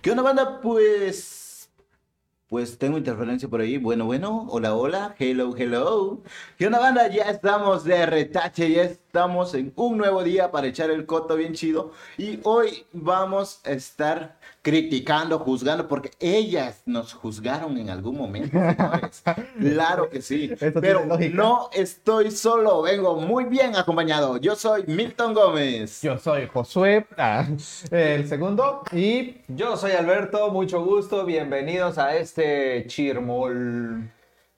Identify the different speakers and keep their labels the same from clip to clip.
Speaker 1: ¿Qué onda, banda? Pues. Pues tengo interferencia por ahí. Bueno, bueno. Hola, hola. Hello, hello. ¿Qué onda, banda? Ya estamos de retache. Ya estamos en un nuevo día para echar el coto bien chido. Y hoy vamos a estar criticando, juzgando, porque ellas nos juzgaron en algún momento, señores. Claro que sí.
Speaker 2: Eso
Speaker 1: Pero
Speaker 2: tiene lógica.
Speaker 1: no estoy solo. Vengo muy bien acompañado. Yo soy Milton Gómez.
Speaker 2: Yo soy Josué, ah, el segundo, y
Speaker 3: Yo soy Alberto, mucho gusto, bienvenidos a este Chirmol.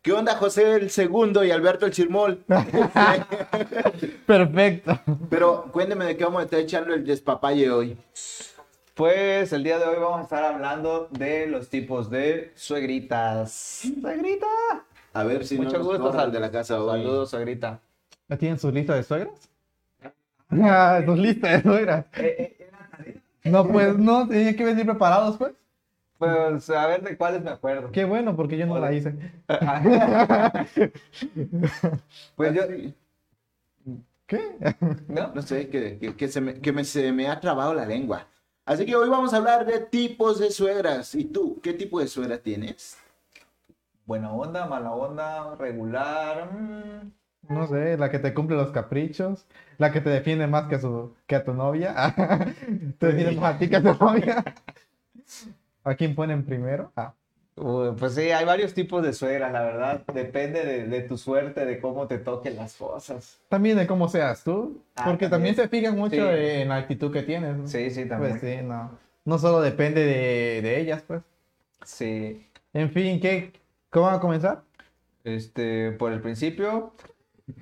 Speaker 1: ¿Qué onda, José el segundo y Alberto el Chirmol?
Speaker 2: perfecto.
Speaker 1: Pero cuénteme de qué vamos a estar echando el despapalle hoy.
Speaker 3: Pues el día de hoy vamos a estar hablando de los tipos de suegritas. ¡Suegrita!
Speaker 1: A ver si
Speaker 3: mucho
Speaker 1: no nos
Speaker 3: gusto,
Speaker 1: corran
Speaker 3: sal-
Speaker 1: de la casa hoy.
Speaker 3: Saludos, suegrita.
Speaker 2: ¿No tienen sus listas de suegras? Ah, sus listas de suegras.
Speaker 3: Eh, eh,
Speaker 2: No, pues no, tenían que venir preparados, pues.
Speaker 3: pues a ver de cuáles me acuerdo.
Speaker 2: Qué bueno, porque yo no la hice.
Speaker 3: pues yo,
Speaker 2: ¿Qué?
Speaker 3: ¿no?
Speaker 1: No sé, que, que- que se, me, que me- se me ha trabado la lengua. Así que hoy vamos a hablar de tipos de suegras. ¿Y tú, qué tipo de suegra tienes?
Speaker 3: Buena onda, mala onda, regular. mm.
Speaker 2: No sé, la que te cumple los caprichos, la que te defiende más que a, su, que a tu novia. Te defiende más a ti que a tu novia. ¿A quién ponen primero? Ah,
Speaker 3: Uy, Pues sí, hay varios tipos de suegras, la verdad. Depende de, de tu suerte, de cómo te toquen las cosas.
Speaker 2: también de cómo seas tú,
Speaker 3: Ah,
Speaker 2: porque
Speaker 3: también.
Speaker 2: también, se fijan mucho
Speaker 3: Sí.
Speaker 2: en la actitud que tienes. ¿no?
Speaker 3: Sí, sí, también.
Speaker 2: Pues sí, no. No solo depende de, de ellas, pues.
Speaker 3: Sí,
Speaker 2: En fin, ¿qué? ¿Cómo va a comenzar?
Speaker 3: este, por el principio,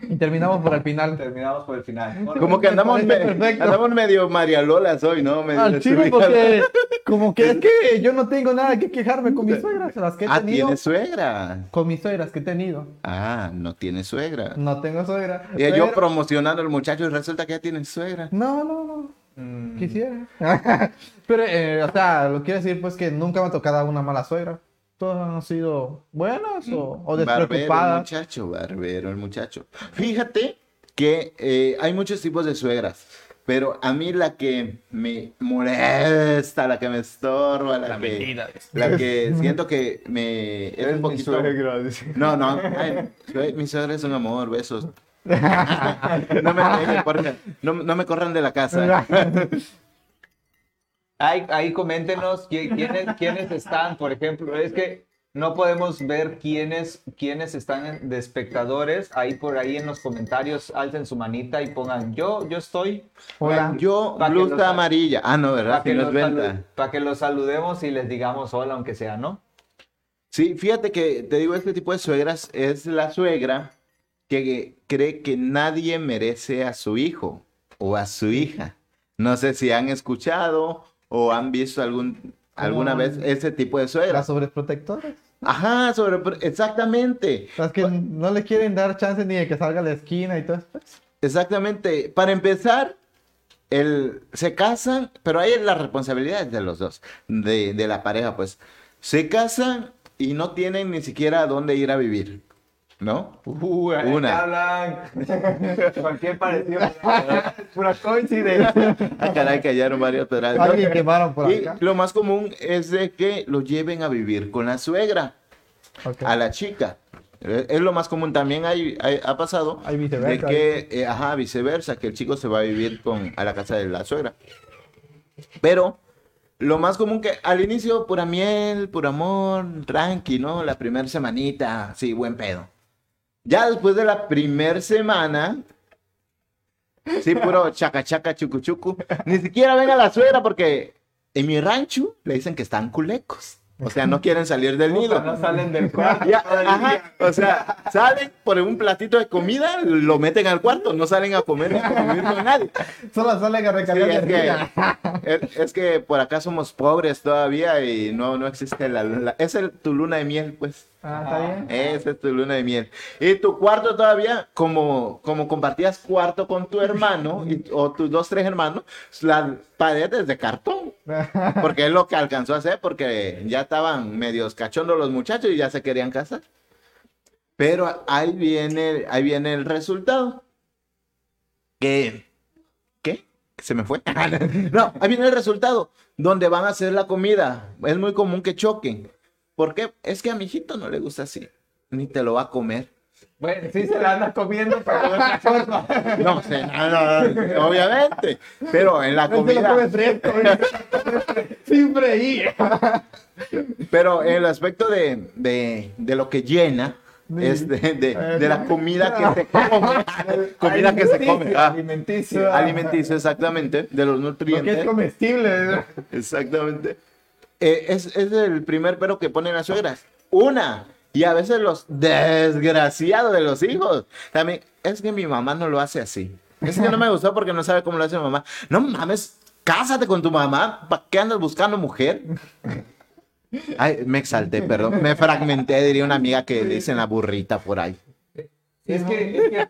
Speaker 2: Y terminamos por el final.
Speaker 3: terminamos por el final. Bueno,
Speaker 1: Como que andamos,
Speaker 2: parece
Speaker 1: me-
Speaker 2: perfecto.
Speaker 1: andamos medio María Lolas hoy, ¿no? Medio
Speaker 2: Al chile, pues,
Speaker 1: desubicados.
Speaker 2: porque como que es que yo no tengo nada que quejarme con mis suegras, las que he
Speaker 1: Ah,
Speaker 2: tenido.
Speaker 1: tienes suegra.
Speaker 2: Con mis suegras que he tenido.
Speaker 1: Ah, no tienes suegra.
Speaker 2: No tengo suegra.
Speaker 1: Y yo
Speaker 2: pero-
Speaker 1: promocionando al muchacho y resulta que ya tienes suegra.
Speaker 2: No, no, no.
Speaker 3: mm,
Speaker 2: Quisiera. pero, eh, o sea, lo quiero decir, pues, que nunca me ha tocado una mala suegra. Todas han sido buenas o,
Speaker 1: Barbero
Speaker 2: o
Speaker 1: el
Speaker 2: despreocupadas.
Speaker 1: muchacho, barbero el muchacho. Fíjate que eh, hay muchos tipos de suegras, pero a mí la que me molesta, la que me estorba, la, que... La que siento que me... Es
Speaker 3: eres
Speaker 1: un
Speaker 3: mi
Speaker 1: poquito...
Speaker 3: suegra, dice.
Speaker 1: No, no, ay, sue- mi suegra es un amor, besos. no, me, peguen, porfa. no, no me corran de la casa.
Speaker 3: Ahí, ahí coméntenos qui- quiénes, quiénes están, por ejemplo. Es que no podemos ver quiénes, quiénes están en- de espectadores. Ahí por ahí en los comentarios alcen su manita y pongan yo, yo estoy.
Speaker 2: Hola.
Speaker 1: Yo,
Speaker 3: Pa' que
Speaker 1: blusa
Speaker 3: los-
Speaker 1: amarilla. Ah, no, ¿verdad?
Speaker 3: Para
Speaker 1: Que
Speaker 3: que,
Speaker 1: no es
Speaker 3: los salu-
Speaker 1: venta.
Speaker 3: pa' que los saludemos y les digamos hola, aunque sea, ¿no?
Speaker 1: Sí, fíjate que te digo, este tipo de suegras es la suegra que cree que nadie merece a su hijo o a su hija. No sé si han escuchado o han visto algún, alguna vez ese tipo de
Speaker 2: Las
Speaker 1: suegras.
Speaker 2: sobreprotectoras.
Speaker 1: Ajá, sobre, exactamente,
Speaker 2: Las que no le quieren dar chance ni de que salga a la esquina y todo eso.
Speaker 1: exactamente. Para empezar, el, se casan, pero ahí es la responsabilidad de los dos, de, de la pareja, pues. Se casan y no tienen ni siquiera a dónde ir a vivir, ¿no?
Speaker 3: Uh, ahí
Speaker 1: Una.
Speaker 3: hablan. Cualquier parecido.
Speaker 2: Pura coincidencia.
Speaker 1: Ah, caray, callaron varios pedrazos.
Speaker 2: Alguien quemaron por
Speaker 1: Y
Speaker 2: acá.
Speaker 1: lo más común es de que lo lleven a vivir con la suegra,
Speaker 2: Ok.
Speaker 1: a la chica. Eh, Es lo más común. También hay, hay- ha pasado
Speaker 2: Hay
Speaker 1: de
Speaker 2: viceversa,
Speaker 1: que, eh, ajá, viceversa, que el chico se va a vivir con, a la casa de la suegra. Pero lo más común que al inicio, pura miel, pura amor, tranqui, ¿no? La primera semanita, sí, buen pedo. Ya después de la primera semana, sí, puro chaca chaca, chucu chucu. Ni siquiera ven a la suegra porque en mi rancho le dicen que están culecos. O sea, no quieren salir del nido.
Speaker 3: No salen del cuarto.
Speaker 1: Ya, ajá, o sea, salen por un platito de comida, lo meten al cuarto, no salen a comer ni a convivir con nadie.
Speaker 2: Solo salen a
Speaker 1: Sí,
Speaker 2: recargar
Speaker 1: es,
Speaker 2: energía.
Speaker 1: que, es- es que por acá somos pobres todavía y no, no existe la luna. Es el- tu luna de miel, pues.
Speaker 2: Ah, está bien.
Speaker 1: Esa es tu luna de miel. Y tu cuarto todavía, como, como compartías cuarto con tu hermano y- o tus dos, tres hermanos, las paredes de cartón. Porque es lo que alcanzó a hacer, porque ya estaban medios cachondos los muchachos y ya se querían casar. Pero ahí viene, ahí viene el resultado. ¿Qué? ¿Qué? se me fue. no, ahí viene el resultado, donde van a hacer la comida. Es muy común que choquen. ¿Por qué? Es que a mi hijito no le gusta así, ni te lo va a comer.
Speaker 3: Bueno, sí se la anda comiendo, pero de otra forma.
Speaker 1: No sé, no, no, no, obviamente, pero en la
Speaker 2: No te lo
Speaker 1: comida,
Speaker 2: comes fresco, güey. Sin freír.
Speaker 1: pero en el aspecto de, de, de lo que llena,
Speaker 2: Sí. Eh,
Speaker 1: es de, de- de la comida que se come, comida que se come, ah,
Speaker 3: Alimenticio.
Speaker 1: alimenticio, exactamente, de los
Speaker 2: Porque es
Speaker 1: nutrientes.
Speaker 2: comestible.
Speaker 1: Exactamente. Eh, es, es el primer pero que ponen las suegras. Una. Y a veces los desgraciados de los hijos. También, es que mi mamá no lo hace así. Es que no me gustó porque no sabe cómo lo hace mi mamá. No mames, cásate con tu mamá. ¿Para qué andas buscando mujer? Ay, me exalté, perdón. Me fragmenté, diría una amiga que le dicen la burrita por ahí.
Speaker 3: Es que, es que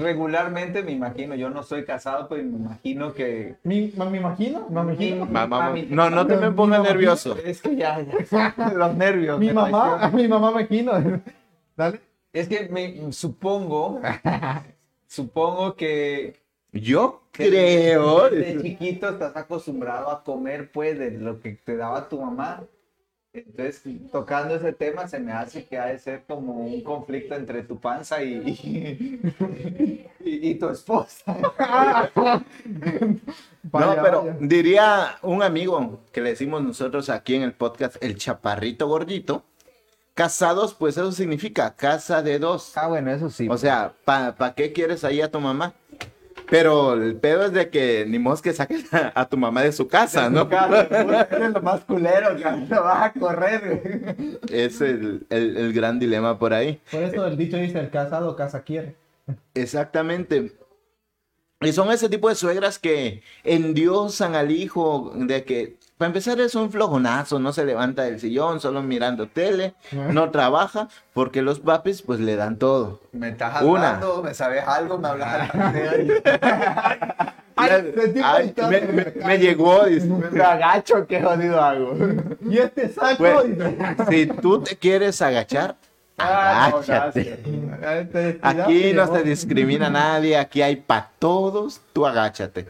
Speaker 3: regularmente me imagino, yo no soy casado, pero me imagino que.
Speaker 2: Mi- ma- Me imagino, me imagino.
Speaker 1: Ma- ma- no, no te me pongas nervioso.
Speaker 3: Es que ya, ya. Los nervios.
Speaker 1: Mm.
Speaker 2: Mi
Speaker 3: me
Speaker 2: mamá,
Speaker 3: traicionan.
Speaker 2: mi mamá me imagino. Dale.
Speaker 3: Es que me supongo. Supongo que
Speaker 1: Yo creo.
Speaker 3: De chiquito estás acostumbrado a comer, pues, de lo que te daba tu mamá. Entonces, tocando ese tema, se me hace que ha de ser como un conflicto entre tu panza y, y, y tu esposa.
Speaker 1: No,
Speaker 2: Vaya,
Speaker 1: pero
Speaker 2: vaya.
Speaker 1: diría un amigo que le decimos nosotros aquí en el podcast, el chaparrito gordito. Casados, pues eso significa casa de dos.
Speaker 3: Ah, bueno, eso sí.
Speaker 1: O sea, ¿para qué quieres ahí a tu mamá? Pero el pedo es de que ni mos que saques a, a tu mamá de su casa, ¿no?
Speaker 3: pues, eres lo más culero, cabrón, lo vas a correr.
Speaker 1: Es el, el- el gran dilema por ahí.
Speaker 2: Por eso el dicho dice: el casado casa quiere.
Speaker 1: Exactamente. Y son ese tipo de suegras que endiosan al hijo, de que, para empezar, es un flojonazo, no se levanta del sillón, solo mirando tele, no trabaja, porque los papis pues le dan todo.
Speaker 3: Me estás
Speaker 1: Una.
Speaker 3: hablando, me sabes algo, me hablas.
Speaker 2: Ay, sentí
Speaker 1: Ay,
Speaker 2: falta.
Speaker 1: me, me- me llegó, dice,
Speaker 3: me agacho, qué jodido hago.
Speaker 2: Y este saco.
Speaker 1: pues,
Speaker 2: dice,
Speaker 1: si tú te quieres agachar,
Speaker 3: Ah, no,
Speaker 1: agáchate.
Speaker 2: "Ah, te descuidaste,
Speaker 1: Aquí no
Speaker 2: llegó".
Speaker 1: se discrimina a nadie, aquí hay para todos, tú agáchate.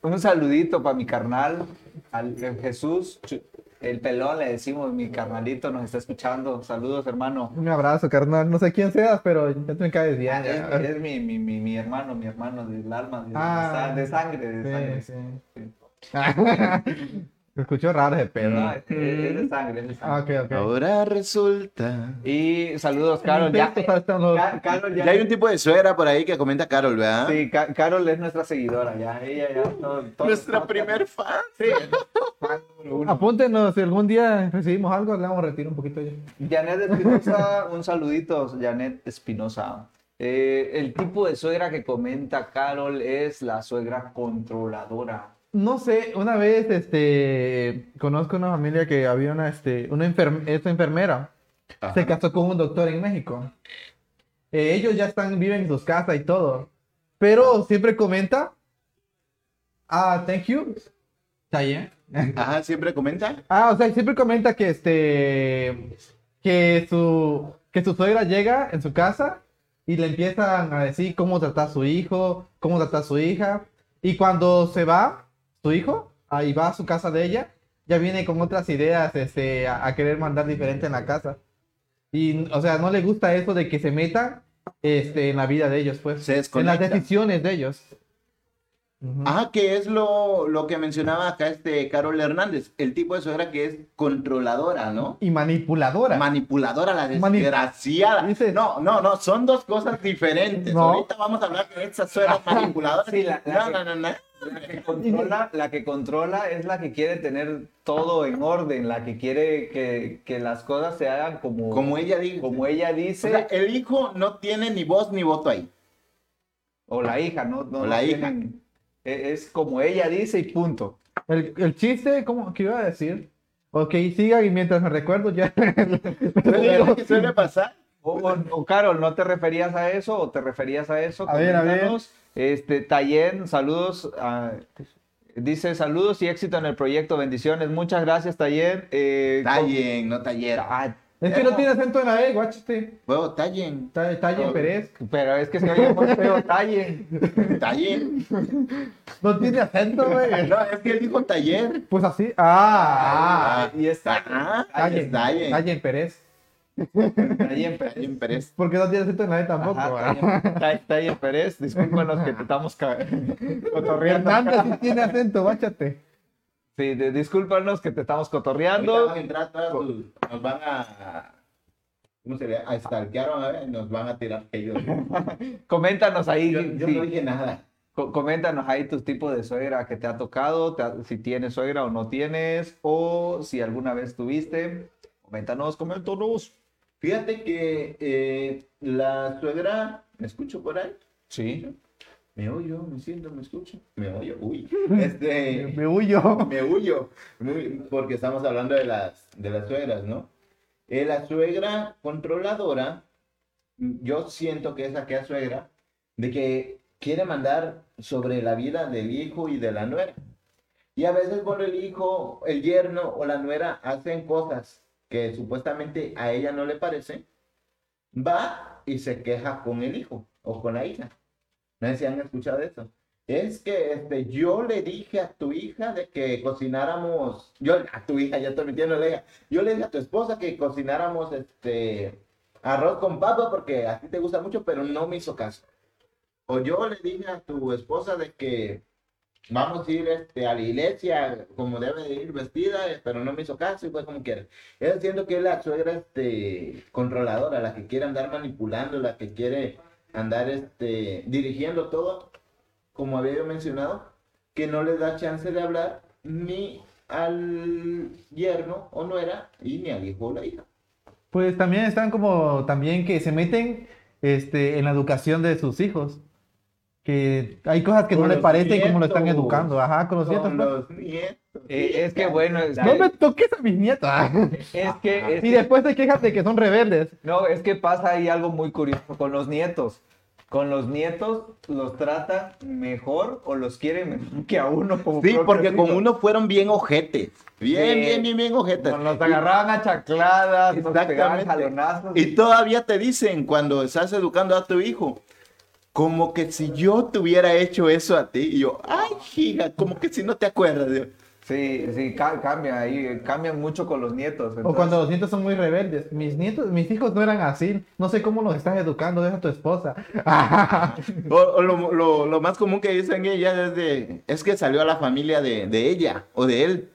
Speaker 3: Un saludito para mi carnal, al el Jesús, chu- el pelón, le decimos, mi carnalito nos está escuchando. Saludos, hermano.
Speaker 2: Un abrazo, carnal. No sé quién seas, pero ya te me caes
Speaker 1: Ah,
Speaker 2: bien.
Speaker 3: Es,
Speaker 2: ya.
Speaker 3: es mi, mi, mi, mi hermano, mi hermano del alma, de, de
Speaker 2: Ah.
Speaker 3: sang- de sangre, de sangre.
Speaker 2: Sí, sí. Se escuchó raro ese pedo.
Speaker 3: No, es, es de sangre, es de
Speaker 2: Mm. Ah,
Speaker 3: sangre.
Speaker 2: ok, ok.
Speaker 1: Ah, este, Ahora resulta...
Speaker 3: Y saludos, Carol. Ya,
Speaker 2: Perfecto, para estar los-
Speaker 3: Ca- Carol ya,
Speaker 1: Ya hay un tipo de suegra por ahí que comenta Carol, ¿verdad?
Speaker 3: Sí, Ca- Carol es nuestra seguidora, ya, ella ya. todo- todo-
Speaker 1: Nuestra
Speaker 3: todo-
Speaker 1: primer fan.
Speaker 3: Sí, fan número uno.
Speaker 2: Apúntenos, si algún día recibimos algo, le vamos a retirar un poquito ya.
Speaker 3: Janet Espinosa, un saludito, Janet Espinosa. Eh, el tipo de suegra que comenta Carol es la suegra controladora.
Speaker 2: No sé, una vez, este, conozco una familia que había una, este, una enferm- esta enfermera se casó con un doctor en México. Eh, ellos ya están, viven en sus casas y todo, pero siempre comenta, ah, thank you, está bien.
Speaker 1: Ajá, siempre comenta.
Speaker 2: Ah, o sea, siempre comenta que este que su que su suegra llega en su casa y le empiezan a decir cómo trata a su hijo, cómo trata a su hija, y cuando se va su hijo, ahí va a su casa de ella, ya viene con otras ideas este a, a querer mandar diferente en la casa. Y o sea, no le gusta eso de que se metan este en la vida de ellos, pues,
Speaker 1: Se
Speaker 2: en las
Speaker 1: desconecta. Ah.
Speaker 2: decisiones de ellos. Ujú.
Speaker 1: Ajá, que es lo, lo que mencionaba acá este Carol Hernández, el tipo de suegra que es controladora, ¿no?
Speaker 2: Y manipuladora.
Speaker 1: Manipuladora, la
Speaker 2: Mani-
Speaker 1: desgraciada.
Speaker 2: Dices-
Speaker 1: No, no, no, son dos cosas diferentes.
Speaker 2: No.
Speaker 1: Ahorita vamos a hablar de esas suegras manipuladoras.
Speaker 3: Sí, la- la
Speaker 1: no,
Speaker 3: que-
Speaker 1: no, no, no.
Speaker 3: La que controla, la que controla es la que quiere tener todo en orden, la que quiere que, que las cosas se hagan como,
Speaker 1: Como ella dijo.
Speaker 3: como ella
Speaker 1: O sea,
Speaker 3: dice,
Speaker 1: el hijo no tiene ni voz ni voto ahí.
Speaker 3: o la hija, ¿no? no
Speaker 1: O la
Speaker 3: no
Speaker 1: hija.
Speaker 3: tienen- e- Es como ella dice y punto.
Speaker 2: El, el chiste, ¿cómo que iba a decir? Ok, siga y mientras me recuerdo ya.
Speaker 1: ¿Sabes qué suele pasar?
Speaker 3: O, o- o, Carol, ¿no te referías a eso o te referías a eso?
Speaker 2: A ver, a ver.
Speaker 3: Coméntanos. Este, Tayen, saludos. ah, dice, saludos y éxito en el proyecto. Bendiciones. Muchas gracias, Tayen. Eh,
Speaker 1: Tallen, no taller.
Speaker 3: Ah,
Speaker 2: Es que no tiene acento en la E, guáchate.
Speaker 1: Huevo, tallen.
Speaker 2: Ta- Talle
Speaker 1: No.
Speaker 2: Pérez.
Speaker 3: Pero es que se oye muy feo, talle.
Speaker 1: Tallen.
Speaker 2: No tiene acento, güey.
Speaker 1: No, es que él dijo taller.
Speaker 2: Pues así. Ah, ah.
Speaker 3: y está.
Speaker 1: Ah,
Speaker 2: Talle.
Speaker 1: Talle.
Speaker 2: Talle Pérez.
Speaker 3: Talle Pérez.
Speaker 1: Tallen Pérez.
Speaker 2: Porque no tiene acento en la E tampoco.
Speaker 3: Ajá,
Speaker 2: ¿verdad?
Speaker 3: Talle- Ta- Talle Pérez, discúlpanos que te estamos ca- cotorreando.
Speaker 2: Hernández sí tiene acento, guáchate.
Speaker 3: Sí, de- discúlpanos que te estamos
Speaker 1: Ahorita
Speaker 3: cotorreando.
Speaker 1: van a entrar todas tus- nos van a. ¿Cómo sería? A stalkear, van a ver, nos van a tirar ellos.
Speaker 3: Coméntanos ahí.
Speaker 1: Yo, yo
Speaker 3: sí.
Speaker 1: no dije nada.
Speaker 3: Co- Coméntanos ahí tus tipos de suegra que te ha tocado, te ha- si tienes suegra o no tienes, o si alguna vez tuviste. Coméntanos, coméntanos.
Speaker 1: Fíjate que eh, la suegra. ¿Me escucho por ahí?
Speaker 3: Sí. Eh,
Speaker 1: Me oyo, me siento, me escucho. Me oyo, uy. Este.
Speaker 2: Me huyo.
Speaker 1: me huyo, muy- porque estamos hablando de las, de las suegras, ¿no? Eh, la suegra controladora, yo siento que es aquella suegra de que quiere mandar sobre la vida del hijo y de la nuera. Y a veces por el hijo, el yerno o la nuera hacen cosas que supuestamente a ella no le parecen, va y se queja con el hijo o con la hija. No sé si han escuchado eso. Es que este, yo le dije a tu hija de que cocináramos, yo a tu hija, ya estoy mintiendo, le dije, yo le dije a tu esposa que cocináramos este arroz con papa porque a ti te gusta mucho, pero no me hizo caso. O yo le dije a tu esposa de que vamos a ir este, a la iglesia como debe de ir vestida, eh, pero no me hizo caso y pues como quiera. Yo siento que es la suegra este, controladora, la que quiere andar manipulando, la que quiere andar este, dirigiendo todo como había yo mencionado, que no les da chance de hablar ni al yerno o nuera y ni al hijo o la hija.
Speaker 2: Pues también están como también que se meten este, en la educación de sus hijos. Que hay cosas que
Speaker 1: Con
Speaker 2: no le
Speaker 1: los
Speaker 2: parecen como lo están
Speaker 1: nietos.
Speaker 2: educando. Ajá, con los nietos.
Speaker 1: Con
Speaker 2: pues.
Speaker 1: los nietos.
Speaker 3: Eh, es que bueno, es
Speaker 2: No
Speaker 3: que,
Speaker 2: me toques a mis nietos. ah.
Speaker 3: es que, es
Speaker 2: Y
Speaker 3: que-
Speaker 2: después te quejas de que son rebeldes.
Speaker 3: no, es que pasa ahí algo muy curioso con los nietos. Con los nietos los tratan mejor o los quieren mejor que a uno. Como
Speaker 1: Sí,
Speaker 3: propios
Speaker 1: porque con
Speaker 3: hijos.
Speaker 1: uno fueron bien ojetes. Bien,
Speaker 3: Sí.
Speaker 1: bien, bien, bien ojetes.
Speaker 3: Nos, nos agarraban a chacladas, nos pegaban
Speaker 1: Exactamente.
Speaker 3: jalonazos.
Speaker 1: Y todavía te dicen cuando estás educando a tu hijo, como que si yo te hubiera hecho eso a ti. Y yo, ay, hija, como que si no te acuerdas. Yo,
Speaker 3: Sí, sí, ca- cambia ahí, cambian mucho con los nietos.
Speaker 2: O
Speaker 3: entonces-
Speaker 2: cuando los nietos son muy rebeldes. Mis nietos, mis hijos no eran así. No sé cómo los estás educando, deja a tu esposa. Ah,
Speaker 1: O, o lo, lo- lo más común que dicen ella es de, es que salió a la familia de, de ella o de él.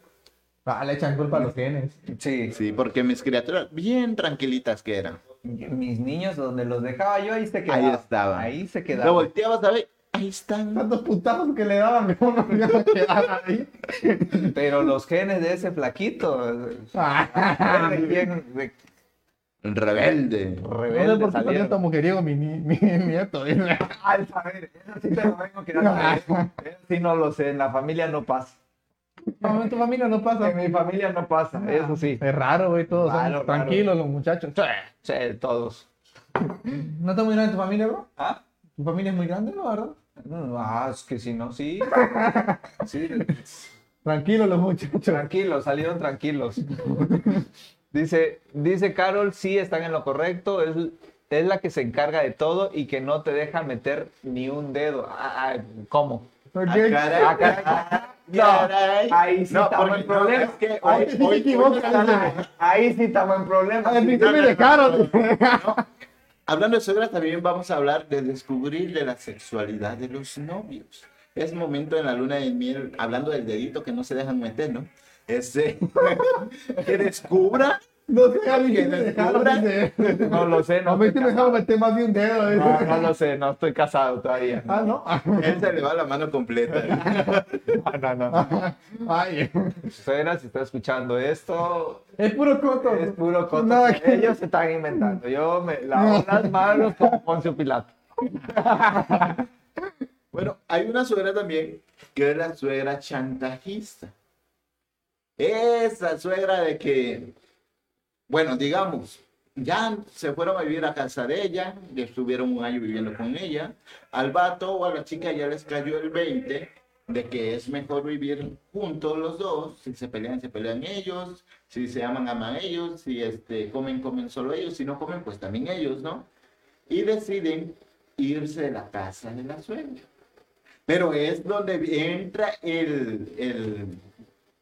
Speaker 2: Ah, le echan culpa a los genes.
Speaker 3: Sí,
Speaker 1: Sí, porque mis criaturas bien tranquilitas que eran.
Speaker 3: mis niños donde los dejaba yo, ahí se quedaban.
Speaker 1: Ahí estaban.
Speaker 3: Ahí se
Speaker 1: Lo
Speaker 3: quedaban.
Speaker 1: volteabas a ver, ahí están.
Speaker 2: Tantos putazos que le daban, mejor no me quedaba ahí.
Speaker 3: Pero los genes de ese flaquito,
Speaker 2: Ah.
Speaker 3: de quién- de-
Speaker 1: Rebelde.
Speaker 3: rebelde
Speaker 2: No sé por qué salió
Speaker 3: salieron.
Speaker 2: tan mujeriego mi, ni- mi nieto.
Speaker 3: Ay, a ver, eso sí te lo vengo que Eso sí no lo sé, en la familia no pasa.
Speaker 2: No, en tu familia no pasa.
Speaker 3: En mi familia no pasa, eso sí.
Speaker 2: Es raro, güey, todos son
Speaker 3: Raro, raro.
Speaker 2: tranquilos los muchachos.
Speaker 3: Sí, todos.
Speaker 2: ¿No está muy grande tu familia, bro?
Speaker 3: ¿Ah?
Speaker 2: ¿Tu familia es muy grande, no, verdad?
Speaker 3: No, Ah, es que si no, sí. Sí,
Speaker 2: Tranquilos los muchachos.
Speaker 3: Tranquilos, salieron tranquilos. dice, dice Carol, sí están en lo correcto, es, es la que se encarga de todo y que no te deja meter ni un dedo. Ah, ah, ¿Cómo?
Speaker 2: ¿Por
Speaker 1: Ah,
Speaker 2: qué?
Speaker 1: caray.
Speaker 3: Ah, caray. No,
Speaker 1: Caray.
Speaker 3: ahí sí
Speaker 1: No,
Speaker 3: estamos
Speaker 1: porque
Speaker 3: en
Speaker 1: no,
Speaker 3: problema.
Speaker 1: es que
Speaker 2: Ay,
Speaker 1: hoy-
Speaker 2: sí,
Speaker 1: hoy-
Speaker 2: te equivocas,
Speaker 1: hoy no está-
Speaker 2: güey.
Speaker 3: Ahí sí estamos en problemas.
Speaker 2: Ay, ni que me dejaron.
Speaker 1: Hablando de suegra, también vamos a hablar de descubrir de la sexualidad de los novios. Es momento en la luna de miel, hablando del dedito que no se dejan meter, ¿no? Este, que descubra
Speaker 2: No sé, Gaby, que
Speaker 1: Que
Speaker 2: me
Speaker 1: descubra.
Speaker 2: dejaron. dice.
Speaker 3: No lo sé,
Speaker 2: A
Speaker 3: no,
Speaker 2: mí sí
Speaker 3: estoy
Speaker 2: me
Speaker 3: casado.
Speaker 2: dejaron meter más de un dedo. dice.
Speaker 3: No, no lo sé, no estoy casado todavía.
Speaker 2: Ah, no.
Speaker 1: Él se le va la mano completa.
Speaker 3: No, no, no.
Speaker 2: Ay.
Speaker 3: Suegra, si está escuchando esto,
Speaker 2: Es puro coto.
Speaker 3: Es puro coto.
Speaker 2: Nada que-
Speaker 3: Ellos se están inventando. Yo me lavo las manos como Poncio Pilato.
Speaker 1: Bueno, hay una suegra también que es la suegra chantajista. Esa suegra de que, bueno, digamos, ya se fueron a vivir a casa de ella, ya estuvieron un año viviendo con ella, al vato o a la chica ya les cayó el 20 de que es mejor vivir juntos los dos, si se pelean, se pelean ellos, si se aman, aman ellos, si este, comen, comen solo ellos, si no comen, pues también ellos, ¿no? Y deciden irse de la casa de la suegra. Pero es donde entra el, el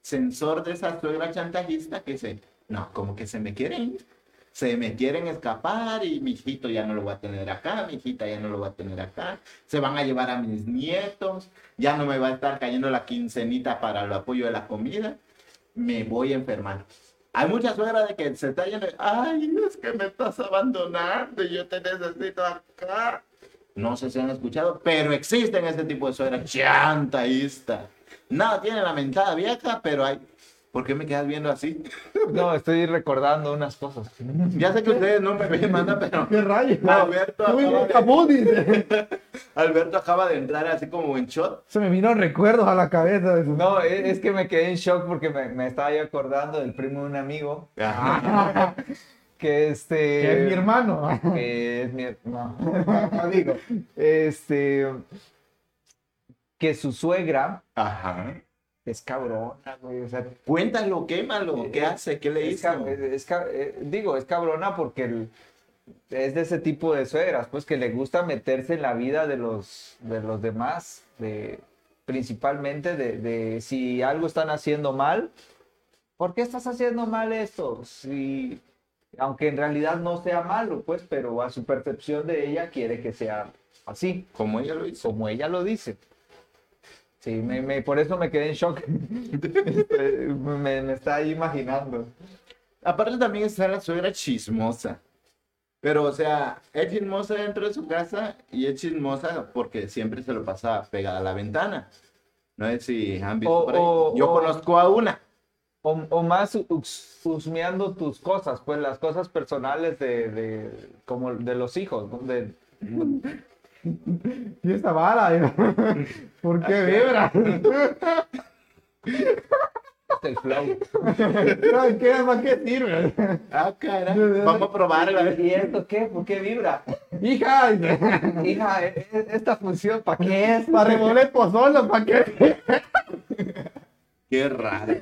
Speaker 1: sensor de esa suegra chantajista que se, no, como que se me quieren ir se me quieren escapar y mi hijito ya no lo voy a tener acá, mi hijita ya no lo voy a tener acá, se van a llevar a mis nietos, ya no me va a estar cayendo la quincenita para el apoyo de la comida, me voy a enfermar. Hay muchas suegras de que se está yendo, ay, es que me estás abandonando, yo te necesito acá. No sé si han escuchado, pero existen ese tipo de suegras chantaísta. Nada, tiene la mentada vieja, pero hay... ¿Por qué me quedas viendo así?
Speaker 3: No, estoy recordando unas cosas.
Speaker 1: Ya sé que ustedes no me ven, manda, pero
Speaker 2: ¿Qué rayos?
Speaker 1: Alberto,
Speaker 2: Uy,
Speaker 1: acaba de-
Speaker 2: caput, dice.
Speaker 1: Alberto acaba de entrar así como en shot.
Speaker 2: Se me vinieron recuerdos a la cabeza. de su-
Speaker 3: No, e- es que me quedé en shock porque me, me estaba yo acordando del primo de un amigo que este...
Speaker 2: Que es mi hermano.
Speaker 3: que es mi her- no, no digo. Este... Que su suegra
Speaker 1: Ajá.
Speaker 3: es cabrona, güey, o sea,
Speaker 1: Cuéntalo, quémalo. ¿Qué hace? ¿Qué le
Speaker 3: es
Speaker 1: hizo?
Speaker 3: cab- es cab- eh, digo, es cabrona porque el- es de ese tipo de suegras, pues que le gusta meterse en la vida de los, de los demás, de, principalmente de, de si algo están haciendo mal, ¿por qué estás haciendo mal esto? Si, aunque en realidad no sea malo, pues, pero a su percepción de ella quiere que sea así,
Speaker 1: Como ella lo hizo.
Speaker 3: como ella lo dice. Sí, me, me- por eso me quedé en shock. Este, me, me está ahí imaginando.
Speaker 1: Aparte también está la suegra chismosa. Pero, o sea, es chismosa dentro de su casa y es chismosa porque siempre se lo pasa pegada a la ventana. No sé si han visto
Speaker 3: O-
Speaker 1: por ahí.
Speaker 3: o-
Speaker 1: Yo
Speaker 3: o-
Speaker 1: conozco a una.
Speaker 3: O, o más us- husmeando tus cosas, pues las cosas personales de, de- como de los hijos, ¿no? De-
Speaker 2: Y esta vara. ¿Por qué vibra?
Speaker 3: del flow.
Speaker 2: No, ¿Qué más que sirve?
Speaker 1: Ah, caray. Vamos a probarla.
Speaker 3: ¿Y esto qué? ¿Por qué vibra?
Speaker 2: Hija, dice,
Speaker 3: Hija, e- e- esta función, ¿para qué es?
Speaker 2: para remoler pozolos, ¿para qué?
Speaker 1: Qué raro.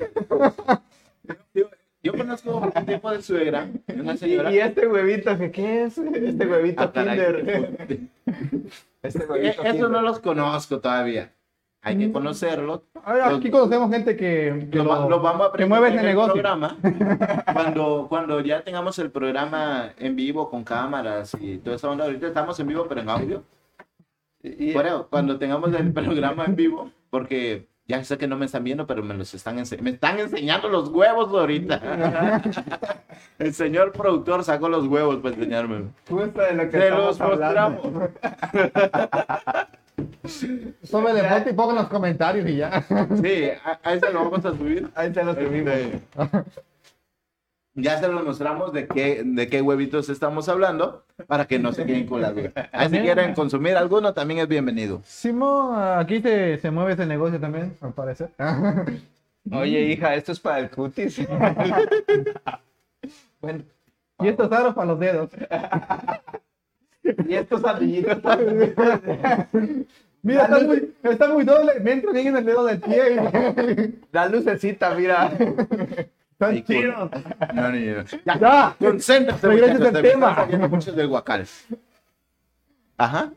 Speaker 1: Yo, yo conozco un tipo de suegra, una
Speaker 3: Y,
Speaker 1: señora.
Speaker 3: y este huevito, que ¿qué es? Este huevito
Speaker 1: Ah, caray,
Speaker 3: Kinder.
Speaker 1: qué put-
Speaker 3: Este
Speaker 1: Eh,
Speaker 3: huevito
Speaker 1: Eso
Speaker 3: Kinder.
Speaker 1: no los conozco todavía. Hay
Speaker 3: Mm.
Speaker 1: que conocerlos.
Speaker 2: A ver, aquí conocemos gente que, que
Speaker 1: Lo, va- lo vamos a
Speaker 2: que mueve ese
Speaker 1: en el
Speaker 2: negocio.
Speaker 1: programa. Cuando, cuando ya tengamos el programa en vivo con cámaras y toda esa onda. Ahorita estamos en vivo, pero en audio.
Speaker 3: Y- y-
Speaker 1: Por eso, cuando tengamos el programa en vivo, porque ya sé que no me están viendo, pero me los están enseñando. Me están enseñando los huevos ahorita. El señor productor sacó los huevos pues, para enseñarme.
Speaker 3: justo de lo que
Speaker 1: Te
Speaker 3: estamos
Speaker 1: los
Speaker 3: hablando.
Speaker 1: mostramos.
Speaker 2: Súbele foto y pongo en los comentarios y ya.
Speaker 1: Sí, a, a ese lo vamos a subir. Este,
Speaker 3: Ahí te los subimos.
Speaker 1: Ya se los mostramos de qué, de qué huevitos estamos hablando para que no se queden con la duda. Ahí si quieren consumir alguno, también es bienvenido.
Speaker 2: Simón, aquí te, se mueve ese negocio también, al parecer.
Speaker 3: Oye, hija, esto es para el cutis. bueno,
Speaker 2: Y estos aros para los dedos.
Speaker 3: y estos anillitos también.
Speaker 2: Mira, está muy, está muy doble. Me entra bien en el dedo del pie.
Speaker 3: La lucecita, mira.
Speaker 1: Ahí
Speaker 2: Están
Speaker 1: con-
Speaker 2: chidos.
Speaker 1: No, ni- Ya,
Speaker 2: Ya.
Speaker 1: concéntrate.
Speaker 2: Regreses
Speaker 1: muchachos,
Speaker 2: al
Speaker 1: te
Speaker 2: tema.
Speaker 1: están saliendo muchos del guacal. Ajá.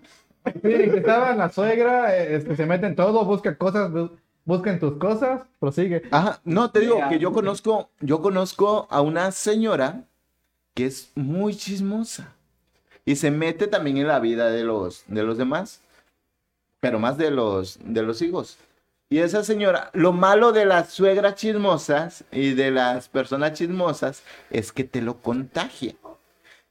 Speaker 2: Sí, que estaba la suegra, eh, este, se mete en todo, busca cosas, bu- busca en tus cosas, prosigue.
Speaker 1: Ajá, no, te digo
Speaker 3: Mira.
Speaker 1: que yo conozco, yo conozco a una señora que es muy chismosa y se mete también en la vida de los, de los demás, pero más de los, de los hijos. Y esa señora, lo malo de las suegras chismosas y de las personas chismosas es que te lo contagia.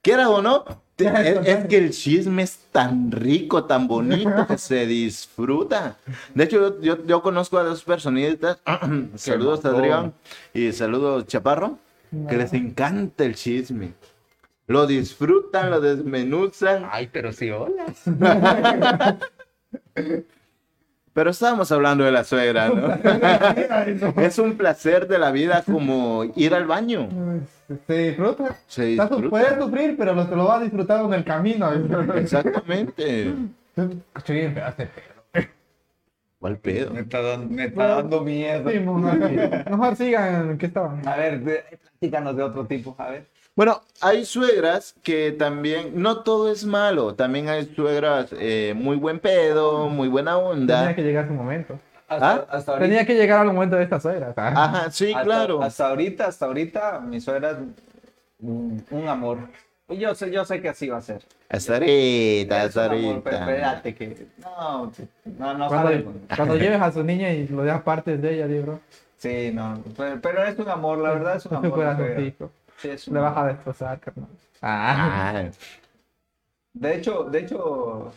Speaker 1: Quiera o no, te- es, es que el chisme es tan rico, tan bonito, que se disfruta. De hecho, yo, yo, yo conozco a dos personitas, saludos
Speaker 3: mató.
Speaker 1: Adrián y saludos Chaparro, que les encanta el chisme. Lo disfrutan, lo desmenuzan.
Speaker 3: Ay, pero sí, hola.
Speaker 1: Pero estábamos hablando de la suegra, ¿no? es un placer de la vida como ir al baño.
Speaker 2: Se disfruta.
Speaker 1: Se
Speaker 2: Estás-
Speaker 1: disfruta.
Speaker 2: Puedes sufrir, pero lo, te lo vas a disfrutar en el camino.
Speaker 1: Exactamente.
Speaker 2: Estoy bien feo este pedo.
Speaker 1: ¿Cuál pedo?
Speaker 4: Me está, dan- me está dando miedo.
Speaker 2: Sí, mejor, mejor sigan, ¿en qué estaban?
Speaker 3: A ver, de- platícanos de otro tipo, a ver.
Speaker 1: Bueno, hay suegras que también, no todo es malo, también hay suegras eh, muy buen pedo, muy buena
Speaker 2: Tenía
Speaker 1: onda.
Speaker 2: que llegar su momento.
Speaker 3: Hasta,
Speaker 1: ¿Ah?
Speaker 3: hasta ahorita,
Speaker 2: Tenía que llegar al momento de esta suegra. ¿sabes?
Speaker 1: Ajá, sí,
Speaker 3: hasta-
Speaker 1: claro.
Speaker 3: Hasta ahorita, hasta ahorita, mi suegra es un, un amor. Yo sé, yo sé que así va a ser.
Speaker 1: Hasta ahorita,
Speaker 3: Es un
Speaker 1: hasta
Speaker 3: amor,
Speaker 1: ahorita.
Speaker 3: pero espérate que... No, no, pues. no sabemos.
Speaker 2: Cuando, cuando lleves a su niña y lo dejas partes de ella, digo,
Speaker 3: Sí, no, pero, pero es un amor, la verdad es un
Speaker 2: bro,
Speaker 3: amor.
Speaker 2: tu
Speaker 3: suegra.
Speaker 2: corazoncito.
Speaker 3: Sí, es un
Speaker 2: Le vas
Speaker 3: amor.
Speaker 2: a destrozar, carnal. Ah.
Speaker 1: Ah,
Speaker 3: De hecho, de hecho,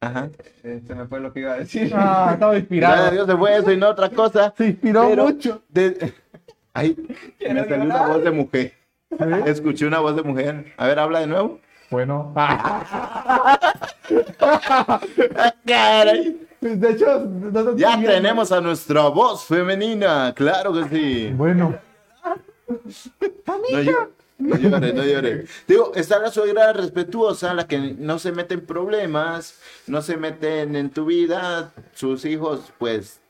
Speaker 1: ajá.
Speaker 3: eh, se me fue lo que iba a decir.
Speaker 2: Ah,
Speaker 1: Gracias
Speaker 2: estaba
Speaker 1: a
Speaker 2: inspirado.
Speaker 1: Dios se fue eso y no otra cosa.
Speaker 2: Se inspiró
Speaker 1: Pero-
Speaker 2: mucho.
Speaker 1: De- Ay, me
Speaker 3: Quiero
Speaker 1: salió una
Speaker 3: llorar.
Speaker 1: voz de mujer. Escuché una voz de mujer. A ver, habla de nuevo.
Speaker 2: Bueno. Ah.
Speaker 1: Ah, caray.
Speaker 2: De hecho, no te
Speaker 1: Ya
Speaker 2: estoy viendo.
Speaker 1: tenemos a nuestra voz femenina, claro que sí.
Speaker 2: Bueno.
Speaker 1: No, llores, no llores, no llores. Digo, está la suegra respetuosa, la que no se mete en problemas, no se meten en tu vida, sus hijos, pues,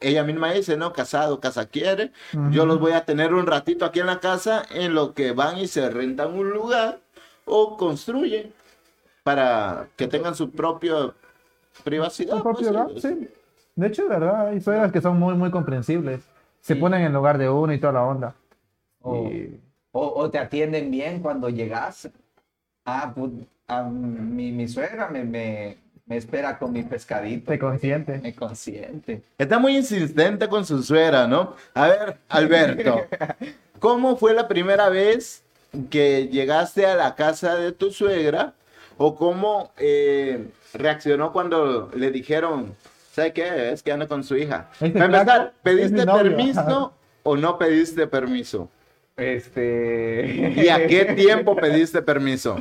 Speaker 1: ella misma dice, ¿no? Casado, casa quiere. Yo los voy a tener un ratito aquí en la casa en lo que van y se rentan un lugar o construyen para que tengan su propia privacidad.
Speaker 2: Su
Speaker 1: pues,
Speaker 2: propio hogar, sí. De hecho, de verdad, hay suegras que son muy, muy comprensibles. Se
Speaker 3: Sí.
Speaker 2: ponen en lugar de uno y toda la onda.
Speaker 3: O,
Speaker 2: Y-
Speaker 3: o- o te atienden bien cuando llegas. Ah, put- ah, mi, mi suegra me, me, me espera con mi pescadito.
Speaker 2: Te consiente.
Speaker 3: Me consiente.
Speaker 1: Está muy insistente con su suegra, ¿no? A ver, Alberto, ¿cómo fue la primera vez que llegaste a la casa de tu suegra? ¿O cómo eh, reaccionó cuando le dijeron, ¿sabes qué? Es que anda con su hija.
Speaker 2: Este
Speaker 1: Para empezar,
Speaker 2: flaco es mi
Speaker 1: ¿pediste
Speaker 2: novio.
Speaker 1: permiso o no pediste permiso?
Speaker 3: Este.
Speaker 1: ¿Y a qué tiempo pediste permiso?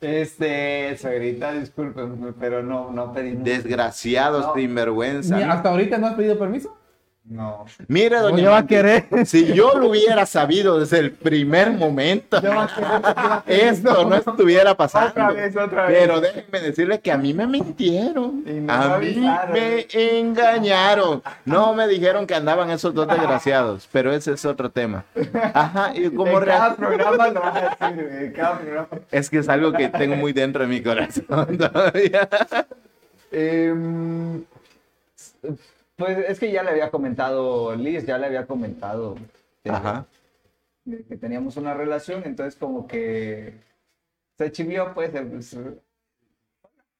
Speaker 3: Este, suegrita, disculpen, pero no, no pedí.
Speaker 1: Desgraciados,
Speaker 3: No.
Speaker 1: sinvergüenza.
Speaker 2: Ni- ¿Hasta ahorita no has pedido permiso?
Speaker 3: No.
Speaker 1: Mire,
Speaker 2: No,
Speaker 1: doña
Speaker 2: ya va a
Speaker 1: Mati,
Speaker 2: querer.
Speaker 1: Si yo lo hubiera sabido desde el primer momento,
Speaker 2: Ya va a querer.
Speaker 1: esto no estuviera pasando.
Speaker 3: Otra vez, otra vez.
Speaker 1: Ah, Pero déjenme decirles que a mí me mintieron.
Speaker 3: Y no
Speaker 1: a
Speaker 3: me
Speaker 1: mí
Speaker 3: avisaron.
Speaker 1: me engañaron. No me dijeron que andaban esos dos desgraciados, pero ese es otro tema. Ajá, y como
Speaker 3: en cada
Speaker 1: real.
Speaker 3: programa lo vas a decir, güey, en cada programa.
Speaker 1: Es que es algo que tengo muy dentro de mi corazón todavía.
Speaker 3: Em, pues es que ya le había comentado Liz, ya le había comentado eh,
Speaker 1: Ajá.
Speaker 3: que teníamos una relación, entonces como que se chivió, pues, eh, pues, eh,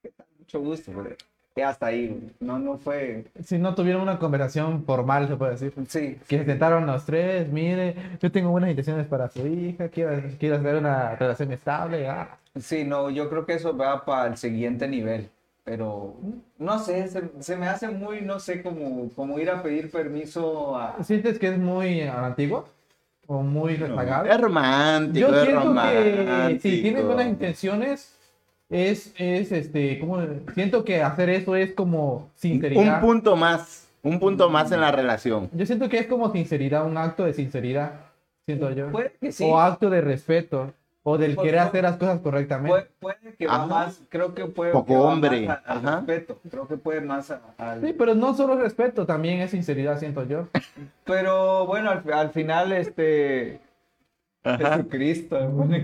Speaker 3: ¿qué tal? mucho gusto, pues, y hasta ahí, güey. no, no fue,
Speaker 2: Si no tuvieron una conversación formal, se puede decir.
Speaker 3: sí,
Speaker 2: Que se sentaron los tres, mire, yo tengo buenas intenciones para su hija, quiero, quiero hacer una relación estable. ah.
Speaker 3: sí, no, yo creo que eso va para el siguiente nivel, pero no sé, se, se me hace muy, no sé, como, como ir a pedir permiso a...
Speaker 2: ¿Sientes que es muy antiguo? ¿O muy rezagado?
Speaker 1: Es romántico,
Speaker 2: Yo
Speaker 1: es
Speaker 2: siento que
Speaker 1: romántico.
Speaker 2: si tienes buenas intenciones, es, es este, como, siento que hacer eso es como
Speaker 1: Un
Speaker 2: sinceridad.
Speaker 1: punto más. Un punto más en la relación.
Speaker 2: Yo siento que es como sinceridad, un acto de sinceridad, siento yo.
Speaker 3: Puede que sí.
Speaker 2: O acto de respeto, o del
Speaker 3: Por-
Speaker 2: querer
Speaker 3: por-
Speaker 2: hacer las cosas correctamente.
Speaker 3: Puede, puede que va
Speaker 1: Ajá.
Speaker 3: más, creo que puede
Speaker 1: Poco
Speaker 3: que va
Speaker 1: hombre,
Speaker 3: más a- al
Speaker 1: ajá.
Speaker 3: respeto, creo que puede más a- al...
Speaker 2: Sí, pero no solo respeto, también es sinceridad, siento yo.
Speaker 3: Pero bueno, al, al final, este... Jesucristo, bueno, eh,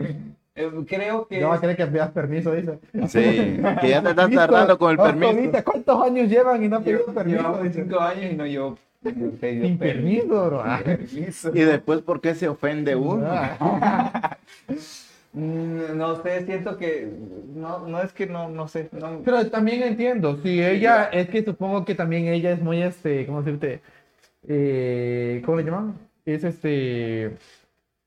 Speaker 3: creo que...
Speaker 2: No va a querer que pidas permiso, dice.
Speaker 1: Sí, que ya te estás
Speaker 2: Visto,
Speaker 1: tardando con el
Speaker 2: ojo,
Speaker 1: permiso.
Speaker 2: viste, ¿Cuántos años llevan y no han pedido
Speaker 3: llevo-
Speaker 2: permiso?
Speaker 3: llevamos
Speaker 2: Dice.
Speaker 3: cinco años y no yo... Sin
Speaker 2: Sin permiso, bro. Ah.
Speaker 1: Y después, ¿por qué se ofende
Speaker 3: Ah.
Speaker 1: uno?
Speaker 3: Mm, No sé, siento que... No, no es que no, no sé. No,
Speaker 2: Pero también entiendo, si ella, es que supongo que también ella es muy, este, ¿cómo decirte? Eh, ¿Cómo le llaman? Es, este,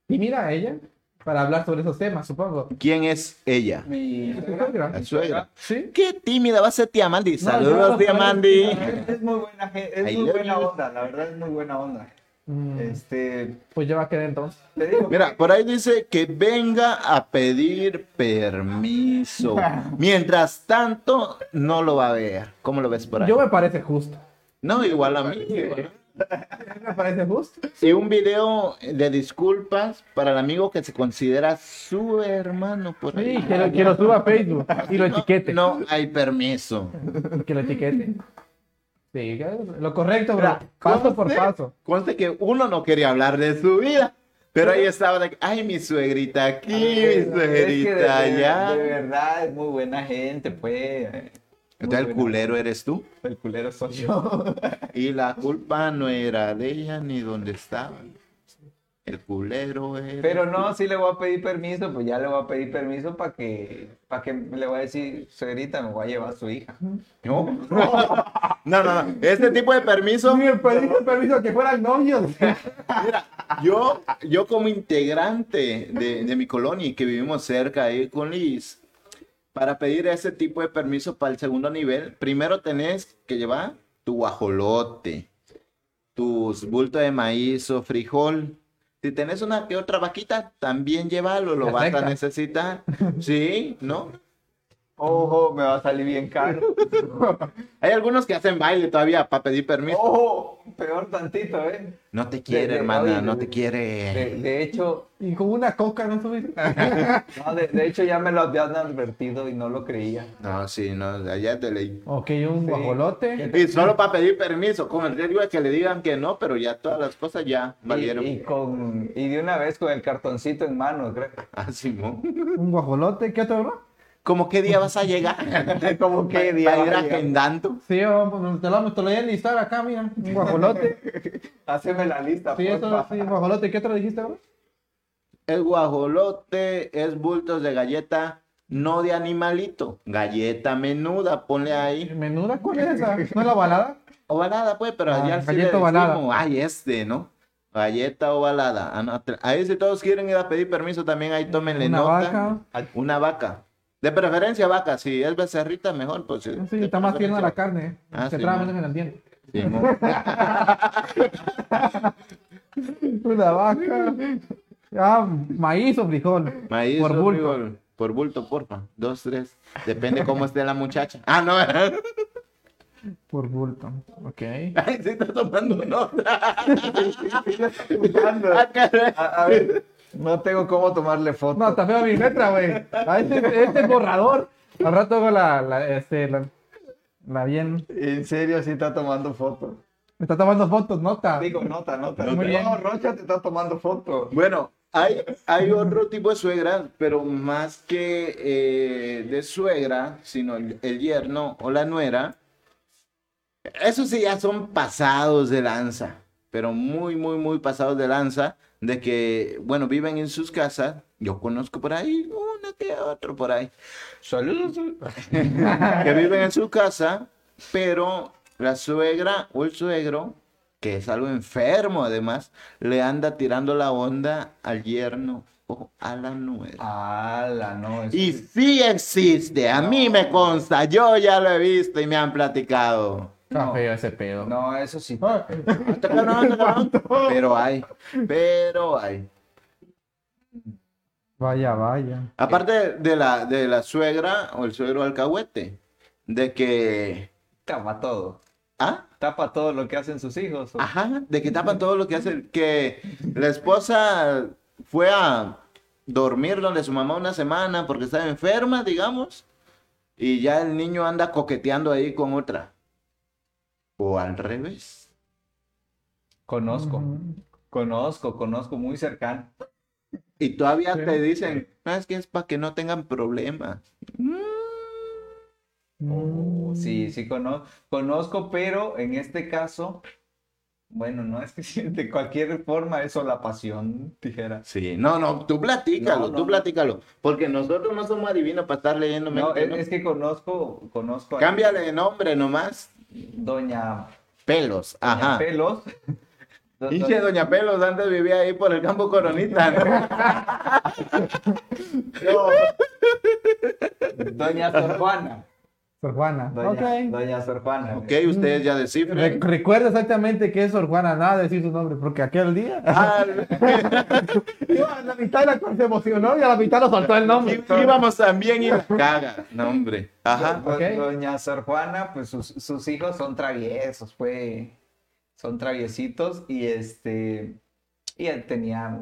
Speaker 2: tímida ella para hablar sobre esos temas, supongo.
Speaker 1: ¿Quién es ella?
Speaker 3: mi
Speaker 2: ¿Tu suegra?
Speaker 1: La suegra.
Speaker 2: ¿Sí?
Speaker 1: Qué tímida va a ser Tiamandi.
Speaker 2: No,
Speaker 1: Saludos,
Speaker 2: yo-
Speaker 1: Tiamandi.
Speaker 3: Es muy buena, gen- es
Speaker 1: I
Speaker 3: muy
Speaker 1: love
Speaker 3: buena
Speaker 1: you.
Speaker 3: onda, la verdad es muy buena onda.
Speaker 2: Mm,
Speaker 3: Este,
Speaker 2: pues ya va a quedar entonces.
Speaker 3: te digo,
Speaker 1: Mira, por ahí dice que venga a pedir permiso. Mientras tanto, no lo va a ver. ¿Cómo lo ves por ahí?
Speaker 2: Yo me parece justo.
Speaker 1: No, igual a mí.
Speaker 2: Me parece justo.
Speaker 1: Y un video de disculpas para el amigo que se considera su hermano por ahí.
Speaker 2: Sí, que lo, que lo suba a Facebook y lo
Speaker 1: No,
Speaker 2: etiquete.
Speaker 1: no hay permiso.
Speaker 2: Que lo etiquete. Sí, lo correcto, bro.
Speaker 1: Mira,
Speaker 2: Paso por
Speaker 1: conste-
Speaker 2: paso.
Speaker 1: Conste que uno no quería hablar de su vida. Pero
Speaker 3: ¿Eh?
Speaker 1: ahí estaba, de que, ay, mi suegrita aquí,
Speaker 3: Ah,
Speaker 1: mi suegrita
Speaker 3: de,
Speaker 1: allá.
Speaker 3: de verdad es muy buena gente, pues. eh. Muy
Speaker 1: Entonces el
Speaker 3: buena
Speaker 1: culero eres tú.
Speaker 3: gente. El culero soy yo.
Speaker 1: Y la culpa no era de ella ni donde estaba. El culero era.
Speaker 3: Pero no, sí le voy a pedir permiso, pues ya le voy a pedir permiso para que, para que le voy a decir, suegrita, me voy a llevar a su hija.
Speaker 1: No. No, no, no. Este tipo de permiso,
Speaker 2: me pediste permiso que fueran novios.
Speaker 1: yo, yo como integrante de, de mi colonia y que vivimos cerca ahí con Liz, para pedir ese tipo de permiso para el segundo nivel, primero tenés que llevar tu guajolote, tus bultos de maíz o frijol. Si tenés una que otra vaquita, también llévalo, lo vas a
Speaker 2: Perfecto.
Speaker 1: necesitar. Sí, ¿no?
Speaker 3: Ojo, me va a salir bien caro.
Speaker 1: Hay algunos que hacen baile todavía para pedir permiso.
Speaker 3: Ojo, peor tantito, ¿eh?
Speaker 1: No te quiere,
Speaker 3: Oh, de- de-
Speaker 1: hermana,
Speaker 3: oye, de-
Speaker 1: no te
Speaker 3: de-
Speaker 1: quiere.
Speaker 3: De, de hecho,
Speaker 2: Y con una coca no subiste.
Speaker 3: no, de, de hecho ya me lo habían advertido y no lo creía.
Speaker 1: No, sí, no, allá te leí.
Speaker 2: ok, un
Speaker 3: Sí.
Speaker 2: guajolote.
Speaker 1: Y solo para pedir permiso, con el riesgo de que le digan que no, pero ya todas las cosas ya
Speaker 3: Y-
Speaker 1: valieron.
Speaker 3: Y, con, y de una vez con el cartoncito en mano, creo.
Speaker 1: Ah, Simón.
Speaker 2: Un guajolote. ¿Qué otro, bro?
Speaker 1: ¿Cómo qué día vas a llegar?
Speaker 3: Como
Speaker 1: ¿Qué día
Speaker 3: va a
Speaker 1: ir
Speaker 3: llegar?
Speaker 1: agendando?
Speaker 2: Sí, oh, pues, vamos, te lo, te lo voy a enlistar acá, mira. Un guajolote.
Speaker 3: Haceme la lista,
Speaker 2: Sí, eso,
Speaker 3: porfa.
Speaker 2: sí, guajolote. ¿Qué otro dijiste, bro?
Speaker 1: Es guajolote, es bultos de galleta, no de animalito. Galleta menuda, ponle ahí.
Speaker 2: Menuda, ¿cuál es esa? ¿No es la balada?
Speaker 1: Ovalada, pues, pero
Speaker 2: Ah,
Speaker 1: allá sí le
Speaker 2: galleta ovalada.
Speaker 1: decimos, ay, este, ¿no? Galleta ovalada. Ah, no, te- Ahí si todos quieren ir a pedir permiso también, ahí tómenle
Speaker 2: Una
Speaker 1: nota.
Speaker 2: vaca.
Speaker 1: Ay, Una vaca. De preferencia vaca, si es becerrita mejor, pues sí.
Speaker 2: Sí,
Speaker 1: De
Speaker 2: está más tierna la
Speaker 1: preferencia
Speaker 2: carne. eh.
Speaker 1: Ah,
Speaker 2: se
Speaker 1: sí,
Speaker 2: traba
Speaker 1: man.
Speaker 2: menos en el diente.
Speaker 1: vaca.
Speaker 2: Una vaca. Ah, maíz o frijol.
Speaker 1: Sí, maíz,
Speaker 2: Por
Speaker 1: por
Speaker 2: bulto.
Speaker 1: bulto. por bulto, porfa. Dos, tres. Depende cómo esté la muchacha. Ah, no. Ay,
Speaker 2: Por bulto. Ok.
Speaker 1: sí está tomando nota.
Speaker 3: Ando.
Speaker 1: Ah, caray.
Speaker 3: A, a ver, no tengo cómo tomarle foto.
Speaker 2: No, está fea mi letra, güey. Ah, Este, este borrador. Al rato hago la, la, este, la, la bien.
Speaker 3: En serio, sí está tomando foto.
Speaker 2: Me está tomando fotos, nota.
Speaker 3: Digo, nota, nota.
Speaker 2: Muy bien.
Speaker 3: No, Rocha te está tomando foto.
Speaker 1: Bueno, hay, hay otro tipo de suegra, pero más que eh, de suegra, sino el, el yerno o la nuera. Eso sí, ya son pasados de lanza, pero muy, muy, muy pasados de lanza, de que, bueno, viven en sus casas. Yo conozco por ahí uno que otro por ahí. Saludos. que viven en su casa, pero la suegra o el suegro que es algo enfermo además, le anda tirando la onda al yerno o a la
Speaker 3: Ah,
Speaker 1: nuera.
Speaker 3: Ala, no. es-
Speaker 1: Y sí existe, a mí me consta, yo ya lo he visto y me han platicado.
Speaker 2: Está
Speaker 3: no.
Speaker 2: feo ese pedo.
Speaker 3: No, eso sí.
Speaker 2: Ah,
Speaker 1: Está cabrón, está cabrón. Pero hay, pero hay.
Speaker 2: Vaya, vaya.
Speaker 3: Eh.
Speaker 1: Aparte de la, de la suegra o el suegro alcahuete, de que...
Speaker 3: Tapa todo.
Speaker 1: ¿Ah?
Speaker 3: Tapa todo lo que hacen sus hijos.
Speaker 1: Ajá, de que tapan todo lo que hacen. Que la esposa fue a dormir donde su mamá una semana porque estaba enferma, digamos. Y ya el niño anda coqueteando ahí con otra. O al revés.
Speaker 3: Conozco.
Speaker 1: Mm.
Speaker 2: Ujú.
Speaker 3: Conozco, conozco, muy cercano.
Speaker 1: Y todavía
Speaker 2: Sí.
Speaker 1: te dicen, no, es que es para que no tengan problemas. Mm.
Speaker 3: Oh, sí,
Speaker 2: Mm.
Speaker 3: sí conozco, conozco, pero en este caso, bueno, no es que sí, de cualquier forma eso la pasión, tijera.
Speaker 1: Sí, no, no, tú platícalo,
Speaker 3: No, no,
Speaker 1: tú
Speaker 3: no.
Speaker 1: platícalo. Porque nosotros no somos adivinos para estar leyendo
Speaker 3: No,
Speaker 1: mente,
Speaker 3: es,
Speaker 1: ¿no?
Speaker 3: es que conozco, conozco a
Speaker 1: Cámbiale de nombre nomás.
Speaker 3: Doña,
Speaker 1: Pelos,
Speaker 3: Doña
Speaker 1: ajá.
Speaker 3: Pelos. Do-
Speaker 1: Pinche
Speaker 3: doña-
Speaker 1: Doña Pelos, antes vivía ahí por el campo Coronita, ¿no?
Speaker 3: Doña Sor Juana.
Speaker 2: Sor Juana.
Speaker 3: Doña,
Speaker 2: ok.
Speaker 3: Doña Sor Juana.
Speaker 1: Ok, ustedes ya descifren.
Speaker 2: Re- recuerda exactamente que es Sor Juana, nada de decir su nombre, porque aquel día.
Speaker 1: Ah,
Speaker 2: Iba a la mitad de la cual se emocionó y a la mitad lo soltó el nombre.
Speaker 1: í- íbamos también y la caga. No, hombre. Ajá.
Speaker 3: Do-
Speaker 2: ok.
Speaker 3: Doña Sor Juana, pues sus, sus hijos son traviesos, fue, son traviesitos y este, y él tenía,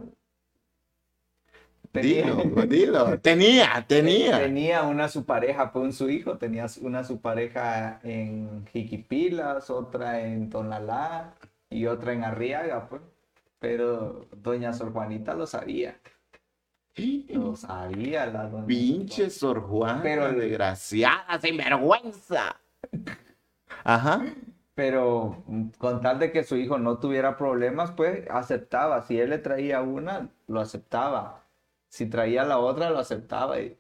Speaker 3: Tenía-
Speaker 1: Dilo, dilo. Tenía, tenía.
Speaker 3: Tenía una su pareja con su hijo, tenía una su pareja en Jiquipilas, otra en Tonalá y otra en Arriaga, pues. Pero doña Sor Juanita lo sabía, lo sabía la doña.
Speaker 1: Pinche Sor Juana,
Speaker 3: Pero-
Speaker 1: desgraciada, sinvergüenza. Ajá.
Speaker 3: Pero mm, con tal de que su hijo no tuviera problemas, pues aceptaba. Si él le traía una, lo aceptaba. Si traía la otra, lo aceptaba. Y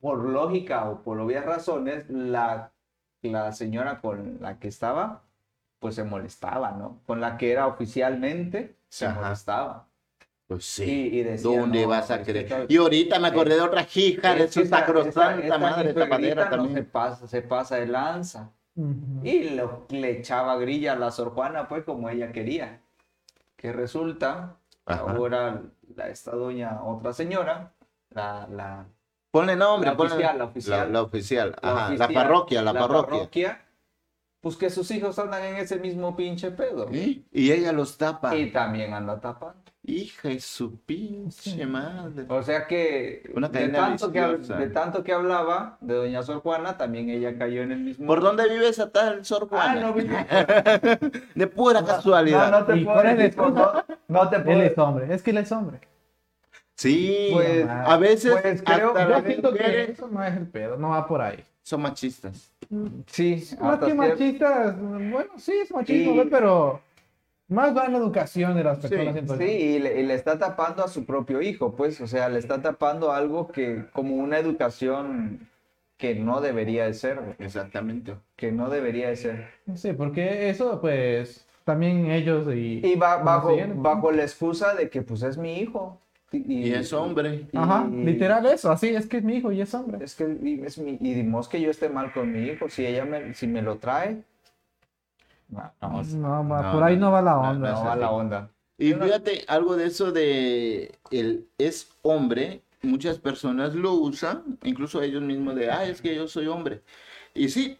Speaker 3: por lógica o por obvias razones, la, la señora con la que estaba, pues se molestaba, ¿no? Con la que era oficialmente, se
Speaker 1: Ajá.
Speaker 3: molestaba.
Speaker 1: Pues
Speaker 3: Y,
Speaker 1: sí.
Speaker 3: y decía,
Speaker 1: ¿Dónde
Speaker 3: "No,
Speaker 1: vas a
Speaker 3: es que
Speaker 1: creer?
Speaker 3: esta-
Speaker 1: Y ahorita me acordé de otra hija de
Speaker 3: es que
Speaker 1: su
Speaker 3: esta-
Speaker 1: sacrosanta
Speaker 3: esta- esta
Speaker 1: madre
Speaker 3: mi suegrita
Speaker 1: tapadera
Speaker 3: no se
Speaker 1: también.
Speaker 3: pasa, se pasa de lanza.
Speaker 2: Ujú.
Speaker 3: Y lo- le echaba grilla a la Sor Juana, pues como ella quería. Que resulta,
Speaker 1: Ajá.
Speaker 3: ahora la, esta doña, otra señora, la, la,
Speaker 1: Ponle nombre,
Speaker 3: La
Speaker 1: ponle-
Speaker 3: oficial, la oficial.
Speaker 1: La, la oficial,
Speaker 3: la
Speaker 1: ajá, la
Speaker 3: oficial,
Speaker 1: parroquia, la, parroquia.
Speaker 3: pues que sus hijos andan en ese mismo pinche pedo.
Speaker 1: ¿Eh? Y ella los tapa.
Speaker 3: Y también anda tapando.
Speaker 1: Hija de su pinche madre.
Speaker 3: O sea que,
Speaker 1: Una
Speaker 3: de
Speaker 1: cadena
Speaker 3: tanto que, hab-
Speaker 1: viciosa.
Speaker 3: de tanto que hablaba de doña Sor Juana, también ella cayó en el mismo...
Speaker 1: ¿Por dónde vive esa tal Sor
Speaker 3: Ah,
Speaker 1: Juana?
Speaker 3: no, vine-
Speaker 1: De pura casualidad.
Speaker 4: No, no te
Speaker 2: ¿Y cuál
Speaker 4: puedo
Speaker 2: es la
Speaker 4: decir, no,
Speaker 2: excusa?
Speaker 4: no te
Speaker 2: Él
Speaker 4: puedo
Speaker 2: es hombre, es que él es hombre.
Speaker 1: Sí,
Speaker 3: Pues,
Speaker 1: a veces
Speaker 3: pues, creo-
Speaker 1: hasta
Speaker 3: yo
Speaker 2: Yo
Speaker 1: las
Speaker 2: siento que
Speaker 1: mujeres
Speaker 2: eso no es el pedo, no va por ahí.
Speaker 1: son machistas.
Speaker 3: Mm. Sí,
Speaker 2: Más
Speaker 3: hasta
Speaker 2: que
Speaker 3: cierto-
Speaker 2: machistas, bueno, sí es machismo,
Speaker 3: Y-
Speaker 2: güey, pero más va en la educación de las personas. siento
Speaker 3: Sí,
Speaker 2: yo.
Speaker 3: y le, y le está tapando a su propio hijo, pues, o sea, le está tapando algo que, como una educación que no debería de ser, güey,
Speaker 1: Exactamente.
Speaker 3: que no debería de ser.
Speaker 2: Sí, porque eso, pues, también ellos y...
Speaker 3: Y va
Speaker 2: Lo
Speaker 3: bajo,
Speaker 2: siguen.
Speaker 3: bajo la excusa de que, pues, es mi hijo.
Speaker 1: Y es hombre.
Speaker 3: y-
Speaker 2: Ajá, literal eso, así, es que es mi hijo y es hombre.
Speaker 3: Es que y es mi, y dimos que yo esté mal con mi hijo, si ella me, si me lo trae, no, no,
Speaker 2: No, va,
Speaker 1: no,
Speaker 2: por ahí no va la
Speaker 1: no,
Speaker 2: onda.
Speaker 3: no va la onda.
Speaker 1: Y fíjate, algo de eso de el es hombre, muchas personas lo usan, incluso ellos mismos de, ah, es que yo soy hombre. Y sí,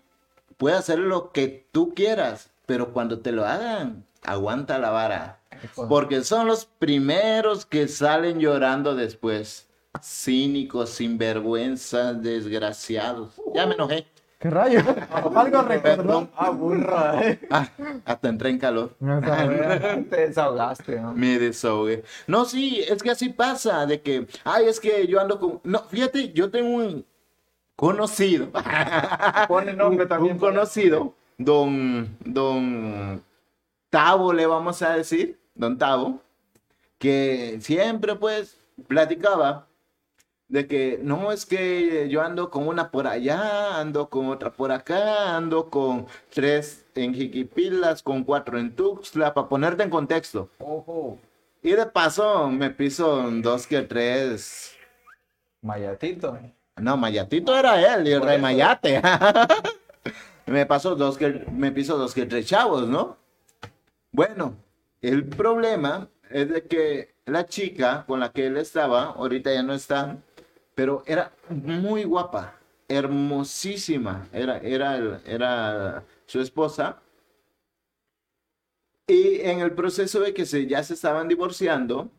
Speaker 1: puede hacer lo que tú quieras, pero cuando te lo hagan, aguanta la vara. Porque son los primeros que salen llorando después. Cínicos, sinvergüenzas, desgraciados. Ya me enojé.
Speaker 2: ¿Qué rayo? Algo recordó.
Speaker 1: Perdón.
Speaker 3: eh.
Speaker 1: Ah, hasta entré en calor.
Speaker 2: No está bien.
Speaker 3: Te desahogaste, ¿no?
Speaker 1: Me desahogué. No, sí, es que así pasa, de que, ay, es que yo ando con... No, fíjate, yo tengo un conocido,
Speaker 3: Pone nombre
Speaker 1: Ah, un-
Speaker 3: también.
Speaker 1: un conocido, don, don Tavo, le vamos a decir, don Tavo, que siempre pues platicaba de que no es que yo ando con una por allá, ando con otra por acá, ando con tres en Jiquipilas, con cuatro en Tuxtla, para ponerte en contexto.
Speaker 3: Ojo,
Speaker 1: Y de paso me piso un dos que tres.
Speaker 3: mayatito.
Speaker 1: No, Mayatito era él, y el
Speaker 3: Por
Speaker 1: rey
Speaker 3: eso.
Speaker 1: Mayate. me pasó dos que me piso dos que tres chavos, ¿no? Bueno, el problema es de que la chica con la que él estaba, ahorita ya no está, pero era muy guapa, hermosísima, era, era, el- era su esposa. Y en el proceso de que se, ya se estaban divorciando,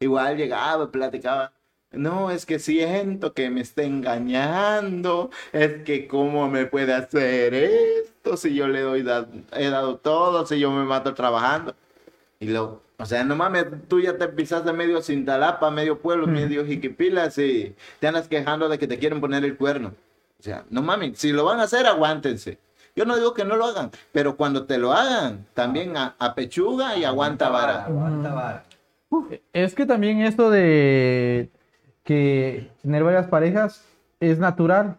Speaker 1: igual llegaba, platicaba. No, es que siento que me está engañando, es que cómo me puede hacer esto si yo le doy da- he dado todo, si yo me mato trabajando. Y luego, o sea, no mames, tú ya te pisaste medio Cintalapa, medio pueblo, medio Jiquipilas y te andas quejando de que te quieren poner el cuerno. O sea, no mames, si lo van a hacer, aguántense. Yo no digo que no lo hagan, pero cuando te lo hagan, también a, a pechuga y aguanta vara.
Speaker 3: Aguanta vara.
Speaker 2: Es que también esto de que tener varias parejas es natural.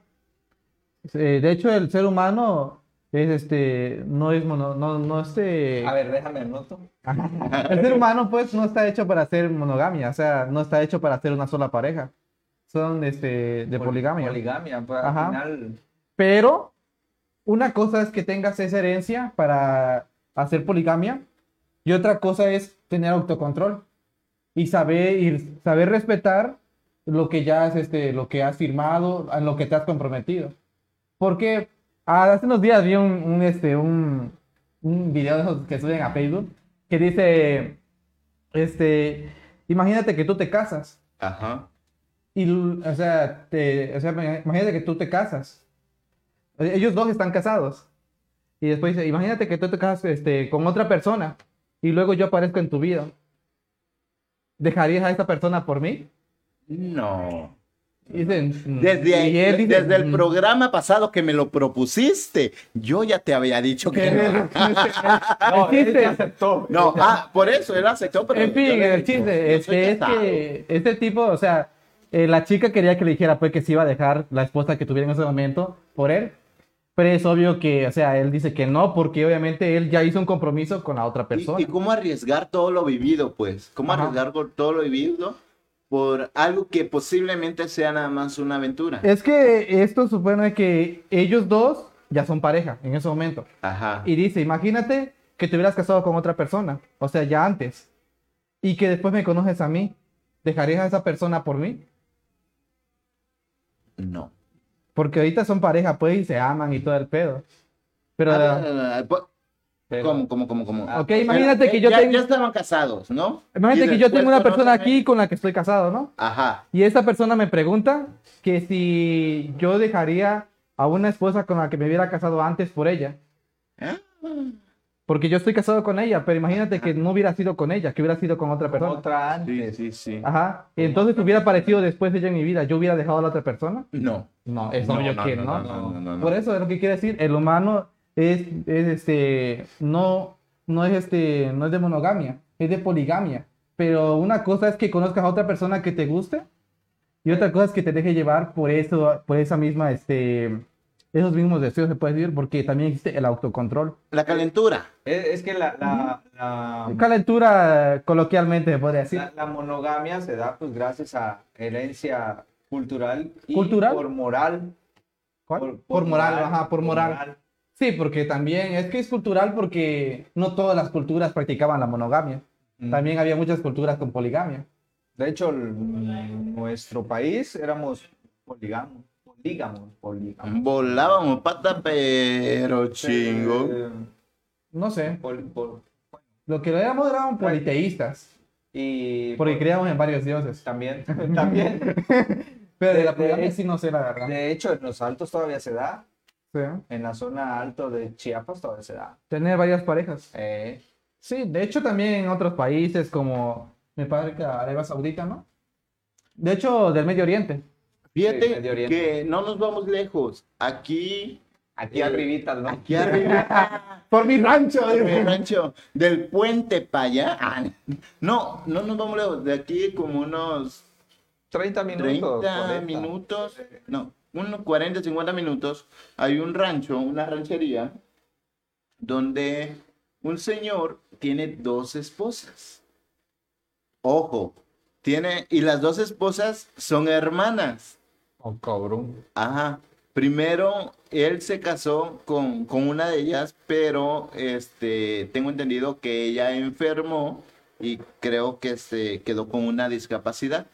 Speaker 2: Eh, de hecho, el ser humano es este, no es mono, no, no este.
Speaker 3: A ver, déjame anoto.
Speaker 2: El ser humano, pues, no está hecho para ser monogamia, o sea, no está hecho para ser una sola pareja. Son este, de
Speaker 3: Pol-
Speaker 2: poligamia.
Speaker 3: Poligamia, pues,
Speaker 2: Ajá.
Speaker 3: al final.
Speaker 2: Pero una cosa es que tengas esa herencia para hacer poligamia y otra cosa es tener autocontrol y saber y saber respetar lo que ya es este lo que has firmado, en lo que te has comprometido. Porque ah, hace unos días vi un, un, este un, un video de esos que suben a Facebook que dice este imagínate que tú te casas
Speaker 1: Ajá.
Speaker 2: Y, l- o sea, te- o sea, ima- imagínate que tú te casas. O sea, Ellos dos están casados. Y después dice, imagínate que tú te casas este, con otra persona y luego yo aparezco en tu vida. ¿Dejarías a esta persona por mí?
Speaker 1: No.
Speaker 2: Y dicen, mm,
Speaker 1: Desde,
Speaker 2: y él dice,
Speaker 1: desde el
Speaker 2: mm,
Speaker 1: programa pasado que me lo propusiste, yo ya te había dicho que
Speaker 2: que
Speaker 1: no.
Speaker 2: no.
Speaker 3: No,
Speaker 2: El
Speaker 3: él
Speaker 2: chiste-
Speaker 3: ya aceptó.
Speaker 1: No, ah, por eso él aceptó, pero.
Speaker 2: En
Speaker 1: yo
Speaker 2: fin,
Speaker 1: le
Speaker 2: el
Speaker 1: digo,
Speaker 2: chiste
Speaker 1: yo
Speaker 2: es
Speaker 1: soy
Speaker 2: que, es
Speaker 1: casado.
Speaker 2: que este tipo, o sea, eh, la chica quería que le dijera pues que se iba a dejar la esposa que tuviera en ese momento por él. Pero es obvio que, o sea, él dice que no, porque obviamente él ya hizo un compromiso con la otra persona.
Speaker 1: ¿Y, y cómo arriesgar todo lo vivido, pues? ¿Cómo
Speaker 2: Ajá.
Speaker 1: arriesgar por todo lo vivido por algo que posiblemente sea nada más una aventura?
Speaker 2: Es que esto supone que ellos dos ya son pareja en ese momento.
Speaker 1: Ajá.
Speaker 2: Y dice, imagínate que te hubieras casado con otra persona, o sea, ya antes, y que después me conoces a mí. ¿Dejarías a esa persona por mí?
Speaker 1: No.
Speaker 2: Porque ahorita son pareja, pues, y se aman y todo el pedo. Pero...
Speaker 1: Ah, no, no, no, po-
Speaker 3: Pero-
Speaker 1: ¿Cómo, cómo, cómo, cómo?
Speaker 2: Ok, imagínate
Speaker 1: Pero,
Speaker 2: que
Speaker 1: eh,
Speaker 2: yo
Speaker 1: ya,
Speaker 2: tengo-
Speaker 1: ya estaban casados, ¿no?
Speaker 2: Imagínate
Speaker 1: Y
Speaker 2: que yo tengo
Speaker 1: después
Speaker 2: una persona
Speaker 1: conocen a-
Speaker 2: aquí con la que estoy casado, ¿no?
Speaker 1: Ajá.
Speaker 2: Y esa persona me pregunta que si yo dejaría a una esposa con la que me hubiera casado antes por ella.
Speaker 1: Ah.
Speaker 2: Porque yo estoy casado con ella, pero imagínate que no hubiera sido con ella, que hubiera sido con otra
Speaker 3: Con
Speaker 2: persona.
Speaker 3: otra antes.
Speaker 1: Sí, sí, sí.
Speaker 2: Ajá. Y entonces hubiera aparecido después de ella en mi vida. ¿Yo hubiera dejado a la otra persona?
Speaker 1: No.
Speaker 2: No, es
Speaker 1: No,
Speaker 2: obvio
Speaker 1: no,
Speaker 2: que
Speaker 1: no,
Speaker 2: no.
Speaker 1: no, no, no, no, no.
Speaker 2: Por eso es lo que quiere decir. El humano es, es, este, no, no es este, no es de monogamia, es de poligamia. Pero una cosa es que conozcas a otra persona que te guste y otra cosa es que te deje llevar por eso, por esa misma, este, esos mismos deseos se puede decir, porque también existe el autocontrol.
Speaker 1: La calentura.
Speaker 3: Es, es que la, la, la-
Speaker 2: Calentura coloquialmente se podría decir.
Speaker 3: la- la monogamia se da pues gracias a herencia cultural y
Speaker 2: ¿Cultural?
Speaker 3: por moral.
Speaker 2: ¿Cuál? Por, moral, ajá, por moral. Sí, porque también es que es cultural porque no todas las culturas practicaban la monogamia.
Speaker 3: Mm.
Speaker 2: También había muchas culturas con poligamia.
Speaker 3: De hecho, el- nuestro país éramos polígamos, polígamos, polígamos.
Speaker 1: Volábamos pata, pero chingo.
Speaker 3: Eh,
Speaker 2: No sé.
Speaker 3: pol- pol-
Speaker 2: Lo que lo éramos eran politeístas,
Speaker 3: y
Speaker 2: porque
Speaker 3: pol-
Speaker 2: creíamos en varios dioses.
Speaker 3: también, también.
Speaker 2: Pero de
Speaker 3: De-
Speaker 2: la
Speaker 3: de-
Speaker 2: poligamia sí no sé, la verdad.
Speaker 3: De hecho, en los altos todavía se da.
Speaker 2: Sí.
Speaker 3: En la zona alto de Chiapas todavía se da.
Speaker 2: Tener varias parejas.
Speaker 3: Eh,
Speaker 2: Sí, de hecho también en otros países como me parece que Arabia Saudita, ¿no? De hecho, del Medio Oriente.
Speaker 3: Sí,
Speaker 1: Fíjate
Speaker 3: Medio Oriente.
Speaker 1: que no nos vamos lejos. Aquí,
Speaker 3: aquí arribita, ¿no?
Speaker 1: Eh, aquí arriba,
Speaker 2: Por mi rancho.
Speaker 1: en el rancho, del puente para allá. Ah, No, no nos vamos lejos. De aquí como unos
Speaker 3: 30 minutos.
Speaker 1: 30
Speaker 3: 40.
Speaker 1: minutos, no, unos 40, 50 minutos, hay un rancho, una ranchería, donde un señor tiene dos esposas. Ojo, tiene, y las dos esposas son hermanas.
Speaker 3: Oh, cabrón.
Speaker 1: Ajá. Primero, él se casó con, con una de ellas, pero este, tengo entendido que ella enfermó y creo que se quedó con una discapacidad.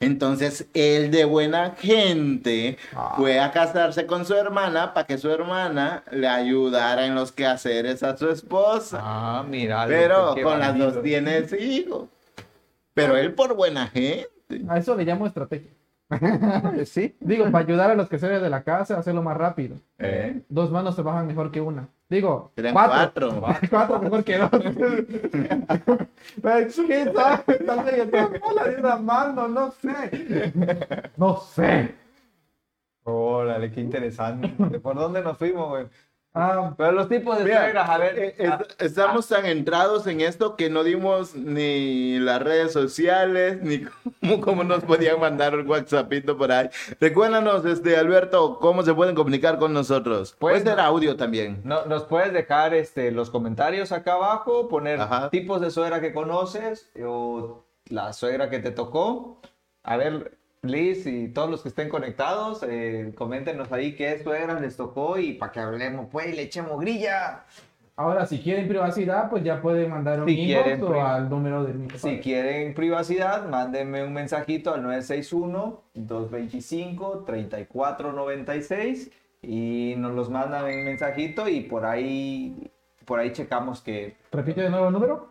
Speaker 1: Entonces, él de buena gente
Speaker 3: Ah,
Speaker 1: fue a casarse con su hermana para que su hermana le ayudara en los quehaceres a su esposa.
Speaker 3: Ah, mira.
Speaker 1: pero
Speaker 3: qué
Speaker 1: con las
Speaker 3: bandido.
Speaker 1: dos tiene hijos. Pero él por buena gente.
Speaker 2: A eso le llamo estrategia.
Speaker 3: Sí.
Speaker 2: Digo, para ayudar a los que salen de la casa a hacerlo más rápido.
Speaker 1: ¿eh?
Speaker 2: Dos manos se bajan mejor que una. Digo,
Speaker 1: Eran
Speaker 2: cuatro.
Speaker 1: cuatro.
Speaker 2: Cuatro mejor que dos. Pues, ¿Quién sabe? Tal vez yo tengo bola de una mano, no sé. No sé.
Speaker 3: Órale, qué interesante. ¿Por dónde nos fuimos, güey?
Speaker 2: Ah,
Speaker 3: Pero los tipos de
Speaker 1: Mira,
Speaker 3: suegras, a ver.
Speaker 1: eh,
Speaker 3: ah,
Speaker 1: est- estamos tan entrados en esto que no dimos ni las redes sociales, ni cómo, cómo nos podían mandar un WhatsAppito por ahí. Recuérdanos, este, Alberto, cómo se pueden comunicar con nosotros. Puede
Speaker 3: Pues,
Speaker 1: ser audio también.
Speaker 3: no- nos puedes dejar este, los comentarios acá abajo, poner
Speaker 1: Ajá.
Speaker 3: tipos de suegra que conoces o la suegra que te tocó. A ver, Liz y todos los que estén conectados, eh, coméntenos ahí qué suegra les tocó y para que hablemos, pues, y le echemos grilla.
Speaker 2: ahora, si quieren privacidad, pues ya pueden mandar un
Speaker 3: Si
Speaker 2: inbox
Speaker 3: quieren
Speaker 2: o
Speaker 3: pri-
Speaker 2: al número de mi
Speaker 3: Si quieren privacidad, mándenme un mensajito al 961-225-3496 y nos los mandan en mensajito y por ahí, por ahí checamos que
Speaker 2: Repito de nuevo el número.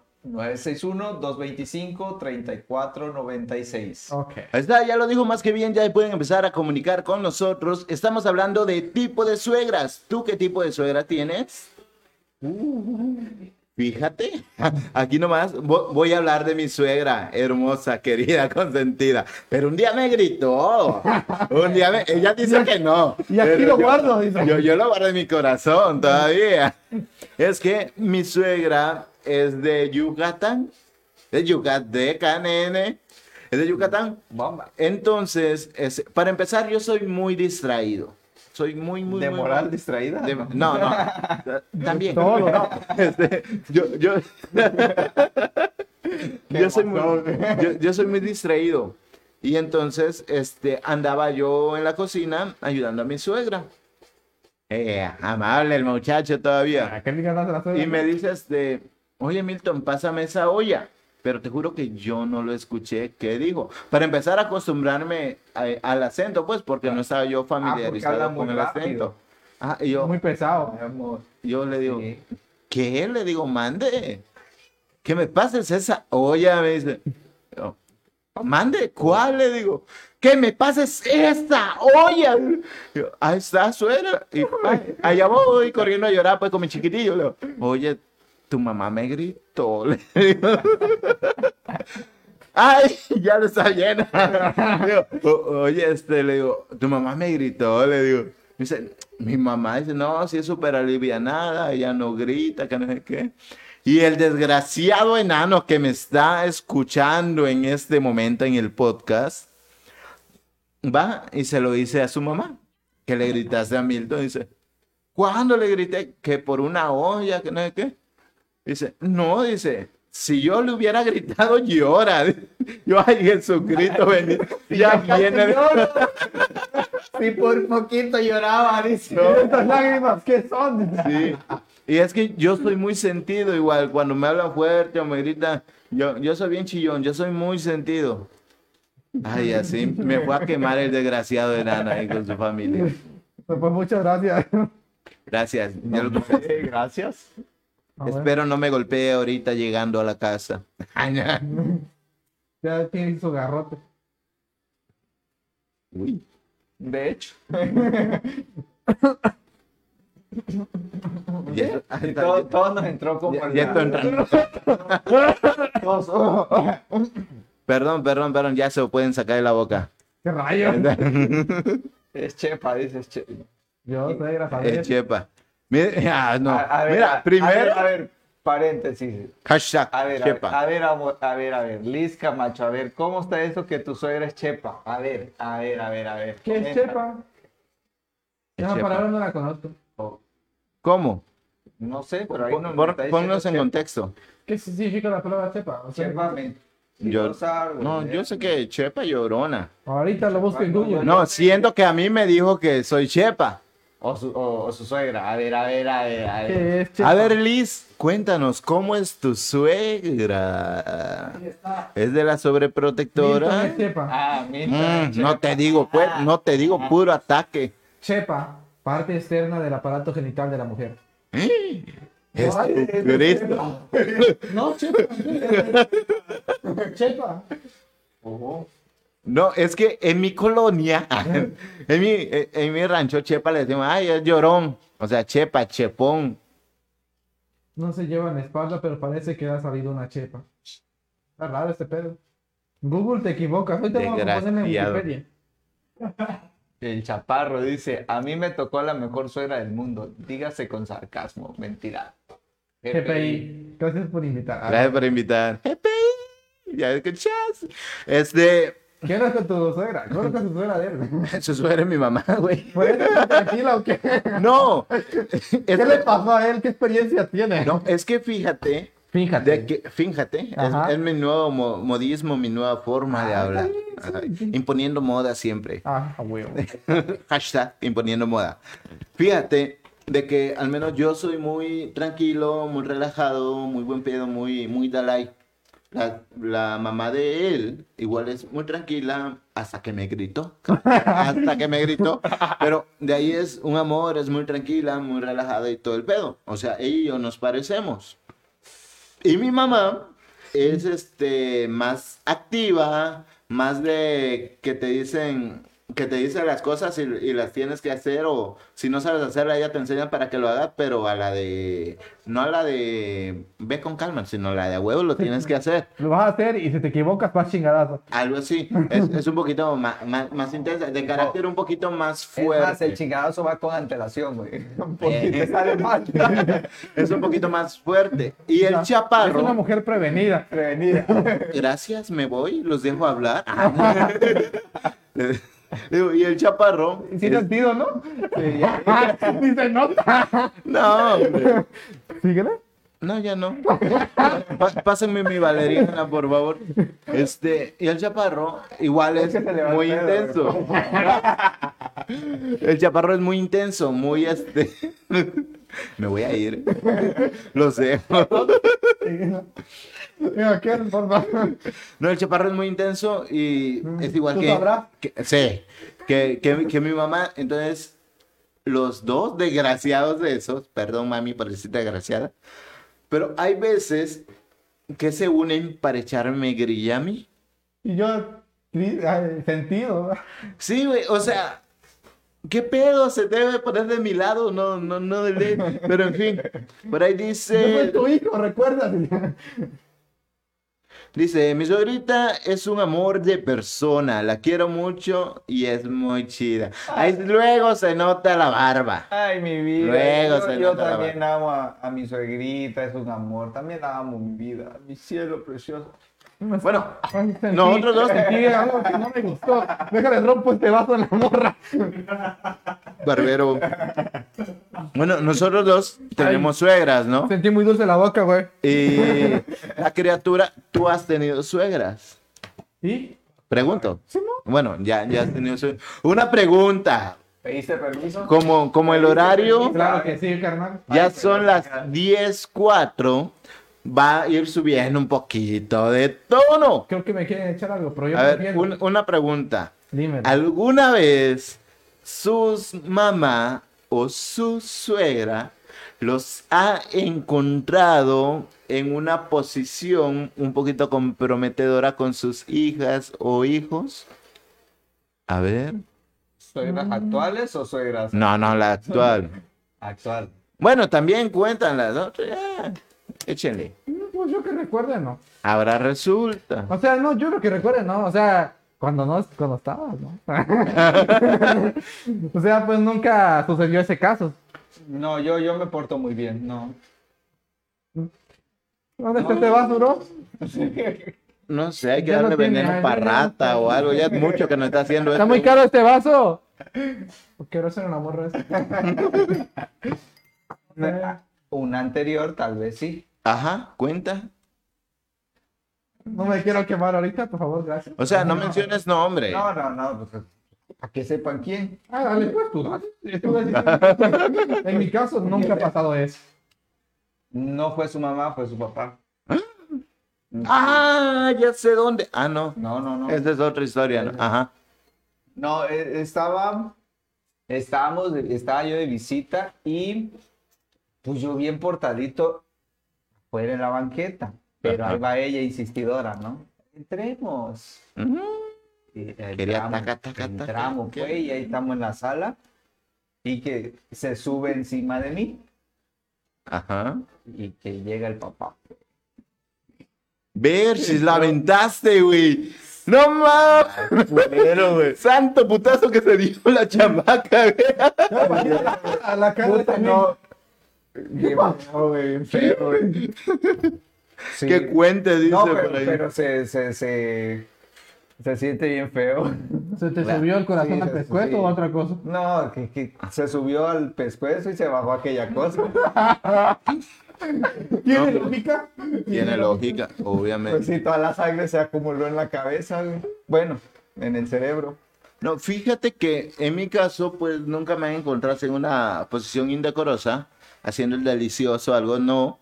Speaker 3: 961-225-3496.
Speaker 2: Ok.
Speaker 1: Ahí está, ya lo dijo más que bien, ya pueden empezar a comunicar con nosotros. Estamos hablando de tipo de suegras. ¿Tú qué tipo de suegra tienes? Fíjate, aquí nomás vo- voy a hablar de mi suegra, hermosa, querida, consentida. Pero un día me gritó. Un día me- Ella dice que no.
Speaker 2: Y aquí
Speaker 1: pero
Speaker 2: lo
Speaker 1: yo-
Speaker 2: guardo, dice.
Speaker 1: Yo, yo lo guardo en mi corazón todavía. Es que mi suegra es de Yucatán. De Yucateca, nene. Es de Yucatán.
Speaker 3: Bomba.
Speaker 1: Entonces, es- para empezar, yo soy muy distraído. Soy muy, muy.
Speaker 3: ¿De
Speaker 1: muy-
Speaker 3: moral distraída?
Speaker 1: de-
Speaker 3: ¿no?
Speaker 1: no, no. Ta- También.
Speaker 2: Todo lo-
Speaker 1: No, este, yo, yo, yo, soy muy, yo, yo soy muy distraído. Y entonces, este, andaba yo en la cocina ayudando a mi suegra. Eh, amable el muchacho todavía.
Speaker 2: ¿A qué le ganas la suegra?
Speaker 1: Y me dice, este, oye Milton, pásame esa olla. Pero te juro que yo no lo escuché. ¿Qué dijo? Para empezar a acostumbrarme a- al acento, pues, porque no estaba yo familiarizado
Speaker 3: Ah. habla muy
Speaker 1: con el
Speaker 3: rápido.
Speaker 1: acento. Ah, y yo,
Speaker 2: Muy pesado.
Speaker 3: Mi amor.
Speaker 1: yo le digo,
Speaker 3: Sí.
Speaker 1: ¿qué? Le digo, mande. Que me pases esa olla, me dice. Yo, Mande, ¿cuál? Le digo, que me pases esta olla. Yo, Ahí está, suena. Y pa, allá voy corriendo a llorar, pues con mi chiquitillo. Le digo, Oye, tu mamá me gritó. Le digo. Ay, ya lo está llena. Digo, "O- Oye, este, le digo, tu mamá me gritó, le digo. Me dice, mi mamá dice, no, si es súper alivianada, ella no grita, que no sé qué. Y el desgraciado enano que me está escuchando en este momento en el podcast, va y se lo dice a su mamá, que le gritaste a Milton, dice, ¿cuándo le grité? Que por una olla, que no sé qué. Dice, no, dice, si yo le hubiera gritado, llora. Yo, ay, Jesucristo, bendito, ya viene.
Speaker 4: Si por poquito lloraba, dice.
Speaker 2: Estas lágrimas, ¿qué son?
Speaker 1: Sí. Y es que yo soy muy sentido igual, cuando me hablan fuerte o me gritan, yo, yo soy bien chillón, yo soy muy sentido. Ay, así me fue a quemar el desgraciado de Nana ahí con su familia.
Speaker 2: Pues muchas gracias.
Speaker 1: Gracias. ya lo-
Speaker 3: Eh, Gracias.
Speaker 1: Espero no me golpee ahorita llegando a la casa.
Speaker 2: Ya tiene su garrote.
Speaker 1: Uy.
Speaker 3: De hecho.
Speaker 1: Y esto-
Speaker 3: Y todo, todo nos entró como...
Speaker 1: Ya-
Speaker 3: en
Speaker 1: ya
Speaker 3: la-
Speaker 1: estoy entrando.
Speaker 3: Todos, oh.
Speaker 1: Perdón, perdón, perdón, ya se lo pueden sacar de la boca.
Speaker 2: ¡Qué rayos!
Speaker 3: Es chepa, dices chepa.
Speaker 2: Yo soy
Speaker 1: Es
Speaker 2: gracias.
Speaker 1: Eh, chepa. Mira, ah, no.
Speaker 3: A- a ver, a-
Speaker 1: Mira,
Speaker 3: a ver,
Speaker 1: primero,
Speaker 3: A, ver, paréntesis.
Speaker 1: hashtag
Speaker 3: A ver, a ver,
Speaker 1: chepa.
Speaker 3: a ver, amor, a ver, a ver, Liz Camacho, a ver, ¿cómo está eso que tu suegra es chepa? A ver, a ver, a ver, a ver.
Speaker 2: ¿Qué es
Speaker 3: comenta.
Speaker 2: chepa?
Speaker 1: Es
Speaker 2: Esa
Speaker 1: chepa.
Speaker 2: palabra no la conozco.
Speaker 1: ¿Cómo?
Speaker 3: No sé, pero ahí no
Speaker 1: Pon- Ponnos en contexto.
Speaker 2: ¿Qué significa la palabra chepa? O sea,
Speaker 3: Chepa, men- ¿eh?
Speaker 1: Yo-
Speaker 3: mentirosa, güey.
Speaker 1: No, yo sé que Chepa llorona.
Speaker 2: Ahorita lo busco en Google.
Speaker 1: No, siento que a mí me dijo que soy Chepa.
Speaker 3: O su, o, o su suegra, a ver, a ver, a ver, a ver.
Speaker 2: ¿Qué es chepa?
Speaker 1: A ver, Liz, cuéntanos, ¿cómo es tu suegra? ¿Es de la
Speaker 2: Milton
Speaker 1: sobreprotectora?
Speaker 2: es chepa.
Speaker 3: Ah, mira,
Speaker 1: Mm, no te digo, pues,
Speaker 3: Ah.
Speaker 1: no te digo puro ataque.
Speaker 2: Chepa, parte externa del aparato genital de la mujer.
Speaker 1: Este, Jesucristo.
Speaker 2: No, chepa. chepa.
Speaker 1: No, es que en mi colonia, en mi, en- en mi rancho Chepa le decimos, ay, es llorón. O sea, Chepa, Chepón.
Speaker 2: No se lleva en la espalda, pero parece que ha salido una chepa. Está raro este pedo. Google te equivocas. Ahorita vamos a ponerle en
Speaker 1: Desgraciado.
Speaker 2: Wikipedia.
Speaker 3: El chaparro dice, a mí me tocó la mejor suegra del mundo. Dígase con sarcasmo, mentira.
Speaker 2: GPI. Gracias por invitar.
Speaker 1: Gracias por invitar. Jepe, Ya escuchas. Este,
Speaker 2: Ah, ¿Qué onda con tu suegra? ¿Qué onda con tu suegra de él?
Speaker 1: su suegra es mi mamá, güey.
Speaker 2: ¿Por eso está tranquila o qué? ¿Qué
Speaker 1: No. Es
Speaker 2: le
Speaker 1: que-
Speaker 2: pasó a él? ¿Qué experiencia tiene?
Speaker 1: no, es que fíjate.
Speaker 2: Fíjate.
Speaker 1: de que- fíjate, es,
Speaker 2: Ajá.
Speaker 1: es mi nuevo mo- modismo, mi nueva forma de hablar. Ajá, Imponiendo moda siempre.
Speaker 2: Ah, a huevo.
Speaker 1: Hashtag imponiendo moda. Fíjate de que al menos yo soy muy tranquilo, muy relajado, muy buen pedo, muy, muy Dalai. La, la mamá de él igual es muy tranquila hasta que me gritó. Hasta que me gritó. Pero de ahí es un amor, es muy tranquila, muy relajada y todo el pedo. O sea, ella y yo nos parecemos. Y mi mamá es este más activa, más de que te dicen que te dice las cosas y, y las tienes que hacer o si no sabes hacerla ella te enseña para que lo hagas, pero a la de no a la de ve con calma, sino a la de a huevo lo tienes que hacer.
Speaker 2: Lo vas a hacer y si te equivocas, vas chingadazo.
Speaker 1: Algo así, es, es un poquito más, más, más intensa, de carácter un poquito más
Speaker 3: Es
Speaker 1: fuerte.
Speaker 3: más, el chingadazo va con antelación, güey. Porque te sale mal.
Speaker 1: es un poquito más fuerte. Y el
Speaker 2: Es una
Speaker 1: chaparro,
Speaker 2: mujer prevenida.
Speaker 3: Prevenida.
Speaker 1: gracias, me voy, los dejo hablar. Digo, y el chaparro.
Speaker 2: Sin
Speaker 1: es-
Speaker 2: sentido, ¿no? Ni se nota.
Speaker 1: No, hombre.
Speaker 2: Síguele.
Speaker 1: no, ya no. Pa- Pásenme mi valerina, por favor. Este, y el chaparro, igual es,
Speaker 3: que se le va el
Speaker 1: muy
Speaker 3: pedo,
Speaker 1: intenso. El chaparro es muy intenso, muy este. Me voy a ir. Lo sé.
Speaker 2: Mira, ¿qué? Por favor.
Speaker 1: No, el chaparro es muy intenso y es igual
Speaker 2: Mm. ¿Tú
Speaker 1: que,
Speaker 2: sabrás?
Speaker 1: que- Sí, que, que, que mi mamá. Entonces, los dos desgraciados de esos, perdón, mami, por decirte desgraciada, pero hay veces que se unen para echarme grilla a mí.
Speaker 2: Y yo, sí, ay, sentido.
Speaker 1: Sí, güey, o sea, ¿qué pedo se debe poner de mi lado? No, no, no, del de él. pero en fin, por ahí
Speaker 2: Yo soy
Speaker 1: dice.
Speaker 2: tu hijo, recuerda.
Speaker 1: Dice, mi suegrita es un amor de persona, la quiero mucho y es muy chida. Ahí luego se nota la barba.
Speaker 3: Ay, mi vida.
Speaker 1: Luego
Speaker 3: yo
Speaker 1: se
Speaker 3: yo
Speaker 1: nota la
Speaker 3: también amo a, a mi suegrita, es un amor. También la amo, mi vida. Mi cielo precioso.
Speaker 1: Bueno,
Speaker 2: Ay, sentí-
Speaker 1: Nosotros dos.
Speaker 2: sentí algo que no me gustó. Déjale rompo este vaso en la morra.
Speaker 1: barbero. Bueno, nosotros dos tenemos suegras, ¿no?
Speaker 2: Sentí muy dulce la boca, güey.
Speaker 1: Y la criatura, tú has tenido suegras.
Speaker 2: ¿Y?
Speaker 1: Pregunto. Bueno, ya, ya has tenido suegras. Una pregunta.
Speaker 3: ¿Pediste permiso?
Speaker 1: Como, como el horario
Speaker 2: Claro que sí, carnal.
Speaker 1: ya
Speaker 3: Ay,
Speaker 1: son
Speaker 3: pero-
Speaker 1: las 10.04, va a ir subiendo un poquito de tono.
Speaker 2: Creo que me quieren echar algo, pero yo
Speaker 1: A ver,
Speaker 2: prefiero.
Speaker 1: un- una pregunta.
Speaker 2: Dime.
Speaker 1: ¿Alguna vez sus mamá o su suegra los ha encontrado en una posición un poquito comprometedora con sus hijas o hijos? A ver.
Speaker 3: ¿Suegras actuales o suegras
Speaker 1: No, no, la actual.
Speaker 3: actual?
Speaker 1: Bueno, también cuentan las otras. ya. Échenle.
Speaker 2: No, Pues yo que recuerde, no.
Speaker 1: Ahora resulta.
Speaker 2: O sea, no, yo lo que recuerde, no. O sea, cuando no, cuando estabas, ¿no? o sea, pues nunca sucedió ese caso.
Speaker 3: No, yo, yo me porto muy bien, no.
Speaker 2: ¿Dónde está este vaso, bro?
Speaker 1: No sé, hay que
Speaker 2: Ya no
Speaker 1: darle
Speaker 2: tiene,
Speaker 1: veneno
Speaker 2: ya
Speaker 1: para
Speaker 2: no-
Speaker 1: rata o algo. Ya es mucho que nos está haciendo
Speaker 2: Está
Speaker 1: esto.
Speaker 2: muy caro este vaso. Quiero hacer una morra esa. Eh,
Speaker 3: Un anterior, tal vez sí.
Speaker 1: Ajá, cuenta.
Speaker 2: No me quiero quemar ahorita, por favor, gracias.
Speaker 1: O sea, no menciones nombre.
Speaker 3: No, no, no. pues, Para que sepan quién.
Speaker 2: Ah, dale, pues tú, dale, tú dale. En mi caso nunca ha pasado eso.
Speaker 3: No fue su mamá, fue su papá.
Speaker 1: Ah, ya sé dónde. Ah, no.
Speaker 3: No, no, no.
Speaker 1: Esa es otra historia, ¿no? Ajá.
Speaker 3: No, eh, estaba, estábamos, de- estaba yo de visita y pues yo bien portadito fuera en la banqueta, pero ahí va ella insistidora, ¿no? Entremos. Y entramos,
Speaker 1: taca, taca, taca.
Speaker 3: entramos,
Speaker 1: ¿Qué?
Speaker 3: pues, y ahí estamos en la sala y que se sube encima de mí
Speaker 1: Ajá.
Speaker 3: y que llega el papá.
Speaker 1: Ver si la aventaste, güey. No mames. Santo putazo que se dio la chamaca, güey.
Speaker 2: A la cara
Speaker 3: Puta,
Speaker 2: también.
Speaker 3: no. Qué feo, güey, feo, güey. Sí.
Speaker 1: Que cuente, dice
Speaker 3: No,
Speaker 1: por
Speaker 3: pero,
Speaker 1: ahí.
Speaker 3: pero se, se, se, se siente bien feo.
Speaker 2: ¿Se te subió el corazón
Speaker 3: Sí,
Speaker 2: al
Speaker 3: sí,
Speaker 2: pescuezo
Speaker 3: sí.
Speaker 2: o otra cosa?
Speaker 3: No, que, que se subió al pescuezo y se bajó aquella cosa.
Speaker 2: ¿Tiene
Speaker 1: pero-
Speaker 2: lógica?
Speaker 1: Tiene lógica,
Speaker 3: Pues
Speaker 1: obviamente.
Speaker 3: sí, toda la sangre se acumuló en la cabeza, güey. bueno, en el cerebro.
Speaker 1: No, fíjate que en mi caso, pues nunca me han encontrado en una posición indecorosa, haciendo el delicioso, algo no.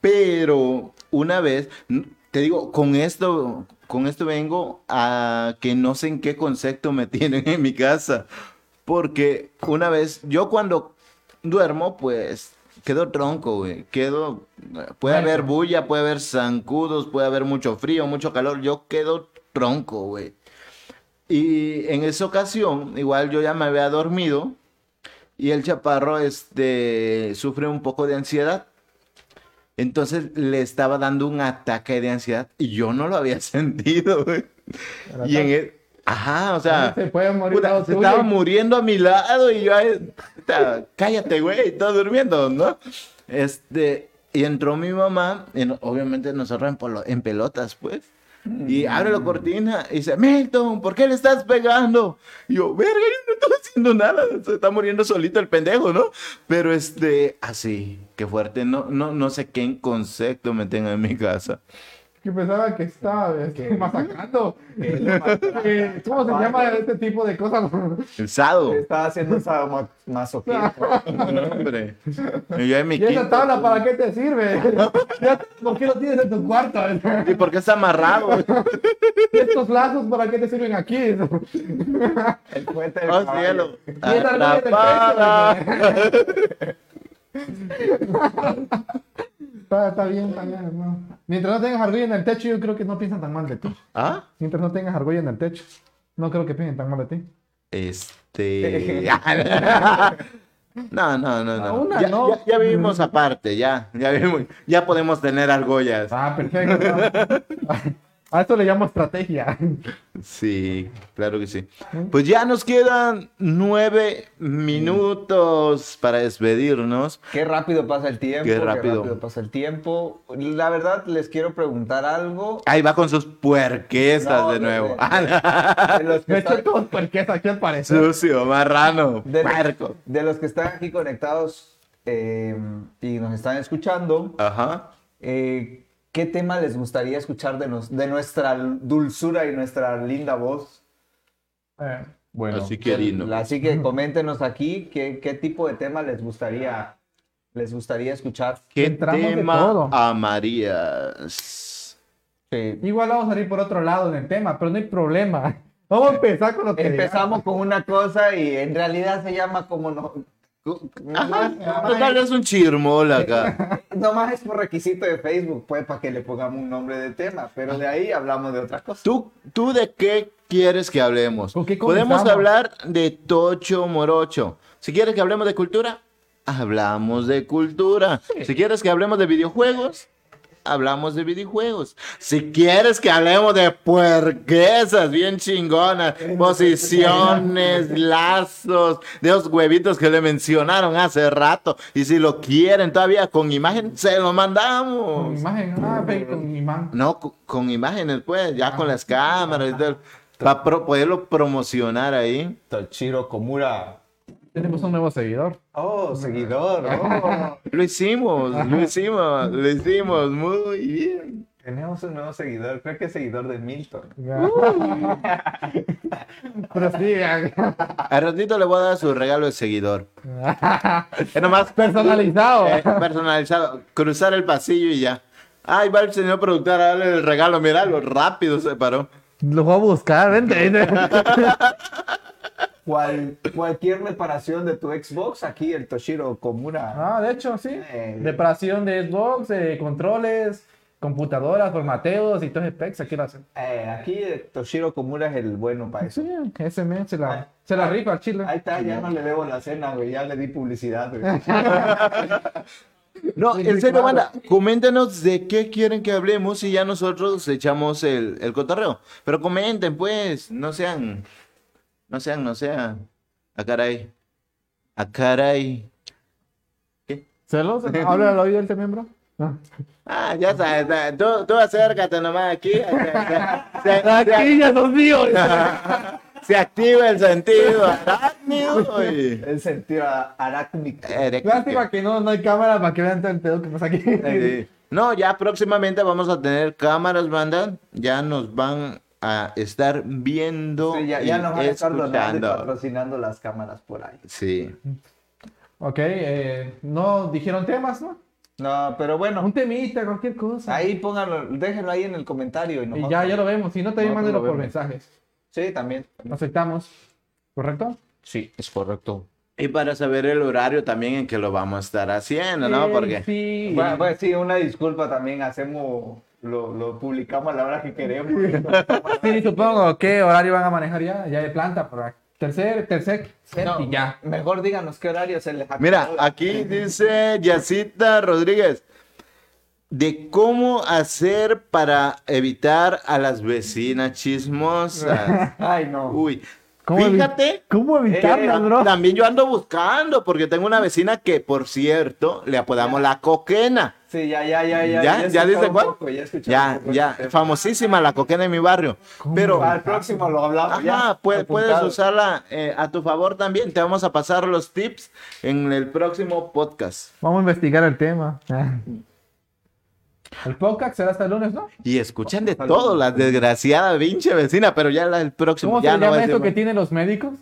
Speaker 1: Pero una vez, n- te digo, con esto, con esto vengo a que no sé en qué concepto me tienen en mi casa. Porque una vez, yo cuando duermo, pues quedo tronco, güey. Quedo. Puede haber bulla, puede haber zancudos, puede haber mucho frío, mucho calor. Yo quedo tronco, güey. Y en esa ocasión, igual yo ya me había dormido. Y el chaparro, este, sufre un poco de ansiedad. Entonces le estaba dando un ataque de ansiedad y yo no lo había sentido, güey. Y en el... Ajá, o sea...
Speaker 2: Se puede morir
Speaker 1: puta,
Speaker 2: al lado
Speaker 1: se
Speaker 2: tuyo.
Speaker 1: estaba muriendo a mi lado y yo... ahí, puta, Cállate, güey, estás durmiendo, ¿no? Este... Y entró mi mamá, y no- obviamente nosotros en, polo- en pelotas, pues.
Speaker 2: Mm.
Speaker 1: Y abre la cortina y dice, Milton, ¿por qué le estás pegando? Y yo, verga, yo no estoy haciendo nada, se está muriendo solito el pendejo, ¿no? Pero este, así, qué fuerte, no, no, no sé qué concepto me tengo en mi casa.
Speaker 2: Que pensaba que estaba este, masacrando. Eh, ¿Cómo se
Speaker 3: Ay,
Speaker 2: llama
Speaker 3: güey.
Speaker 2: este tipo de cosas?
Speaker 1: El sado.
Speaker 3: Estaba haciendo esa masoquismo.
Speaker 1: No, hombre. Y yo en mi
Speaker 2: ¿Y esa
Speaker 1: quinto,
Speaker 2: tabla para qué te sirve? Ya, ¿Por qué lo tienes en tu cuarto?
Speaker 1: ¿Y por qué está amarrado?
Speaker 2: ¿Y estos lazos para qué te sirven aquí?
Speaker 3: El puente del
Speaker 1: Oh,
Speaker 3: caballo.
Speaker 1: cielo.
Speaker 2: Y esa raya del
Speaker 1: Atrapada.
Speaker 2: Está, está bien, está bien, hermano. Mientras no tengas argolla en el techo, yo creo que no piensan tan mal de ti.
Speaker 1: ¿Ah?
Speaker 2: Mientras no tengas argolla en el techo, no creo que piensen tan mal de ti.
Speaker 1: Este. No, no, no, no.
Speaker 2: Una
Speaker 1: ya,
Speaker 2: no.
Speaker 1: ya- ya vivimos aparte, ya. Ya, vivimos- ya podemos tener argollas.
Speaker 2: Ah, perfecto. A esto le llamo estrategia.
Speaker 1: Sí, claro que sí. Pues ya nos quedan nueve minutos para despedirnos.
Speaker 3: Qué rápido pasa el tiempo.
Speaker 1: Qué rápido.
Speaker 3: pasa el tiempo. La verdad, les quiero preguntar algo.
Speaker 1: Ahí va con sus puerquesas
Speaker 3: No,
Speaker 1: de nuevo. Ah,
Speaker 3: no, De los que
Speaker 2: Me estoy
Speaker 3: están,
Speaker 2: todo puerqués aquí al parecer.
Speaker 1: Sucio, marrano,
Speaker 3: de los-
Speaker 1: puerco.
Speaker 3: de los que están aquí conectados eh, y nos están escuchando,
Speaker 1: Ajá.
Speaker 3: eh, ¿qué tema les gustaría escuchar de, nos- de nuestra dulzura y nuestra linda voz?
Speaker 2: Eh,
Speaker 3: Bueno,
Speaker 1: Así que, Dino.
Speaker 3: así que coméntenos aquí qué, qué tipo de tema les gustaría, les gustaría escuchar.
Speaker 1: ¿Qué
Speaker 2: Entramos de
Speaker 1: tema
Speaker 2: todo.
Speaker 1: amarías?
Speaker 3: Sí.
Speaker 2: Igual vamos a ir por otro lado del tema, pero no hay problema. Vamos a empezar con lo que
Speaker 3: Empezamos con una cosa y en realidad se llama como no.
Speaker 1: Ajá,
Speaker 3: Nomás-
Speaker 1: total es un chirmol acá.
Speaker 3: Nomás es por requisito de Facebook, pues, para que le pongamos un nombre de tema, pero de ahí hablamos de otra cosa.
Speaker 1: ¿Tú, ¿Tú de qué quieres que hablemos?
Speaker 2: ¿Con qué
Speaker 1: Podemos
Speaker 2: comenzamos?
Speaker 1: hablar de Tocho Morocho. Si quieres que hablemos de cultura, hablamos de cultura. Si quieres que hablemos de videojuegos, hablamos de videojuegos. Si quieres que hablemos de puerquesas bien chingonas, posiciones, lazos, de los huevitos que le mencionaron hace rato. Y si lo quieren todavía con imagen, se lo
Speaker 2: Con
Speaker 1: mandamos.
Speaker 2: imagen, ah, ve, con imán.
Speaker 1: No, co- con, imágenes, pues, ya con las cámaras y tal. Para poderlo promocionar ahí.
Speaker 3: Tochiro Komura.
Speaker 2: Tenemos un nuevo seguidor.
Speaker 3: Oh, seguidor. oh.
Speaker 1: Lo hicimos, lo hicimos, lo hicimos muy bien.
Speaker 3: Tenemos un nuevo seguidor, creo que es seguidor de Milton.
Speaker 2: Pero sí,
Speaker 1: Al ratito le voy a dar su regalo de seguidor. Es nomás
Speaker 2: personalizado.
Speaker 1: eh, personalizado, cruzar el pasillo y ya. Ahí va el señor productor a darle el regalo. Mira, lo rápido se paró.
Speaker 2: Lo voy a buscar, vente.
Speaker 3: Cual- cualquier reparación de tu Xbox, aquí el Toshiro Komura.
Speaker 2: Ah, de hecho, sí.
Speaker 3: Eh.
Speaker 2: Reparación de Xbox, eh, controles, computadoras, formateos y todos specs, aquí lo hacen.
Speaker 3: Eh, aquí el Toshiro Komura es el bueno para eso.
Speaker 2: Sí, ese men se la, se la rifa al chile.
Speaker 3: Ahí está, ya no le debo la cena, güey, ya le di publicidad, güey.
Speaker 1: No,
Speaker 2: Sí,
Speaker 1: en
Speaker 2: sí,
Speaker 1: serio,
Speaker 2: claro.
Speaker 1: banda, coméntenos de qué quieren que hablemos y ya nosotros echamos el, el cotorreo. Pero comenten, pues, no sean, no sean, no sean. A caray. A caray.
Speaker 2: ¿Celos? ¿Habla al oído este miembro?
Speaker 1: Ah, ya sabes, ya- tú, tú acércate nomás aquí. Se, se-
Speaker 2: Aquí ya son míos.
Speaker 1: se- se activa el sentido arácnido y-
Speaker 3: El sentido arácnico.
Speaker 1: Eh,
Speaker 2: Lástima que no, no hay cámara para que vean todo el pedo que pasa aquí.
Speaker 1: Sí. No, ya próximamente vamos a tener cámaras, banda. Ya nos van a estar viendo.
Speaker 3: Sí, ya,
Speaker 1: y
Speaker 3: ya nos van a estar donando y
Speaker 1: escuchando.
Speaker 3: patrocinando las cámaras por ahí.
Speaker 1: Sí.
Speaker 2: Ok, eh, no dijeron temas, ¿no?
Speaker 3: No, pero bueno,
Speaker 2: Un temita, cualquier cosa.
Speaker 3: ahí pónganlo, déjenlo ahí en el comentario. Y
Speaker 2: y
Speaker 3: nosotros-
Speaker 2: ya, ya lo vemos. Si no, también
Speaker 3: No,
Speaker 1: pues
Speaker 3: no lo
Speaker 2: mándenlo por
Speaker 3: vemos.
Speaker 2: mensajes.
Speaker 3: Sí, también.
Speaker 2: Lo aceptamos. ¿Correcto?
Speaker 3: Sí, es correcto.
Speaker 1: Y para saber el horario también en que lo vamos a estar haciendo, ¿no?
Speaker 2: Ey,
Speaker 1: Porque
Speaker 2: Sí.
Speaker 3: Bueno, pues sí, una disculpa también, hacemos, lo, lo publicamos a la hora que queremos.
Speaker 2: Sí, supongo. ¿Qué horario van a manejar ya? Ya de planta. Por tercer, tercer, set
Speaker 3: No,
Speaker 2: y ya.
Speaker 3: Mejor díganos qué horario se les
Speaker 1: Mira,
Speaker 3: acomoda.
Speaker 1: aquí dice Yacita Rodríguez de cómo hacer para evitar a las vecinas chismosas.
Speaker 3: Ay, no.
Speaker 1: Uy,
Speaker 2: ¿Cómo evi-
Speaker 1: fíjate.
Speaker 2: ¿Cómo evitarlas,
Speaker 1: Eh,
Speaker 2: bro?
Speaker 1: También yo ando buscando, porque tengo una vecina que, por cierto, le apodamos la coquena.
Speaker 3: Sí, ya, ya, ya, ya.
Speaker 1: ¿Ya?
Speaker 3: he
Speaker 1: ¿Ya
Speaker 3: escuchado
Speaker 1: dice
Speaker 3: un
Speaker 1: cuál?
Speaker 3: poco, ya, he escuchado un
Speaker 1: Ya,
Speaker 3: poco
Speaker 1: ya,
Speaker 3: ese tema.
Speaker 1: famosísima la coquena en mi barrio. Pero,
Speaker 3: Al próximo lo hablamos.
Speaker 1: ajá,
Speaker 3: Ah, ya,
Speaker 1: puede- puedes
Speaker 3: apuntado.
Speaker 1: usarla eh, a tu favor también. Te vamos a pasar los tips en el próximo podcast.
Speaker 2: Vamos a investigar el tema. Ah.
Speaker 1: Mm.
Speaker 2: El podcast será hasta el lunes, ¿no?
Speaker 1: Y escuchen de todo, la desgraciada pinche vecina, pero ya la- el próximo.
Speaker 2: ¿Cómo
Speaker 1: ya
Speaker 2: se
Speaker 1: no va
Speaker 2: llama
Speaker 1: a
Speaker 2: esto que
Speaker 1: decir-
Speaker 2: tienen los médicos?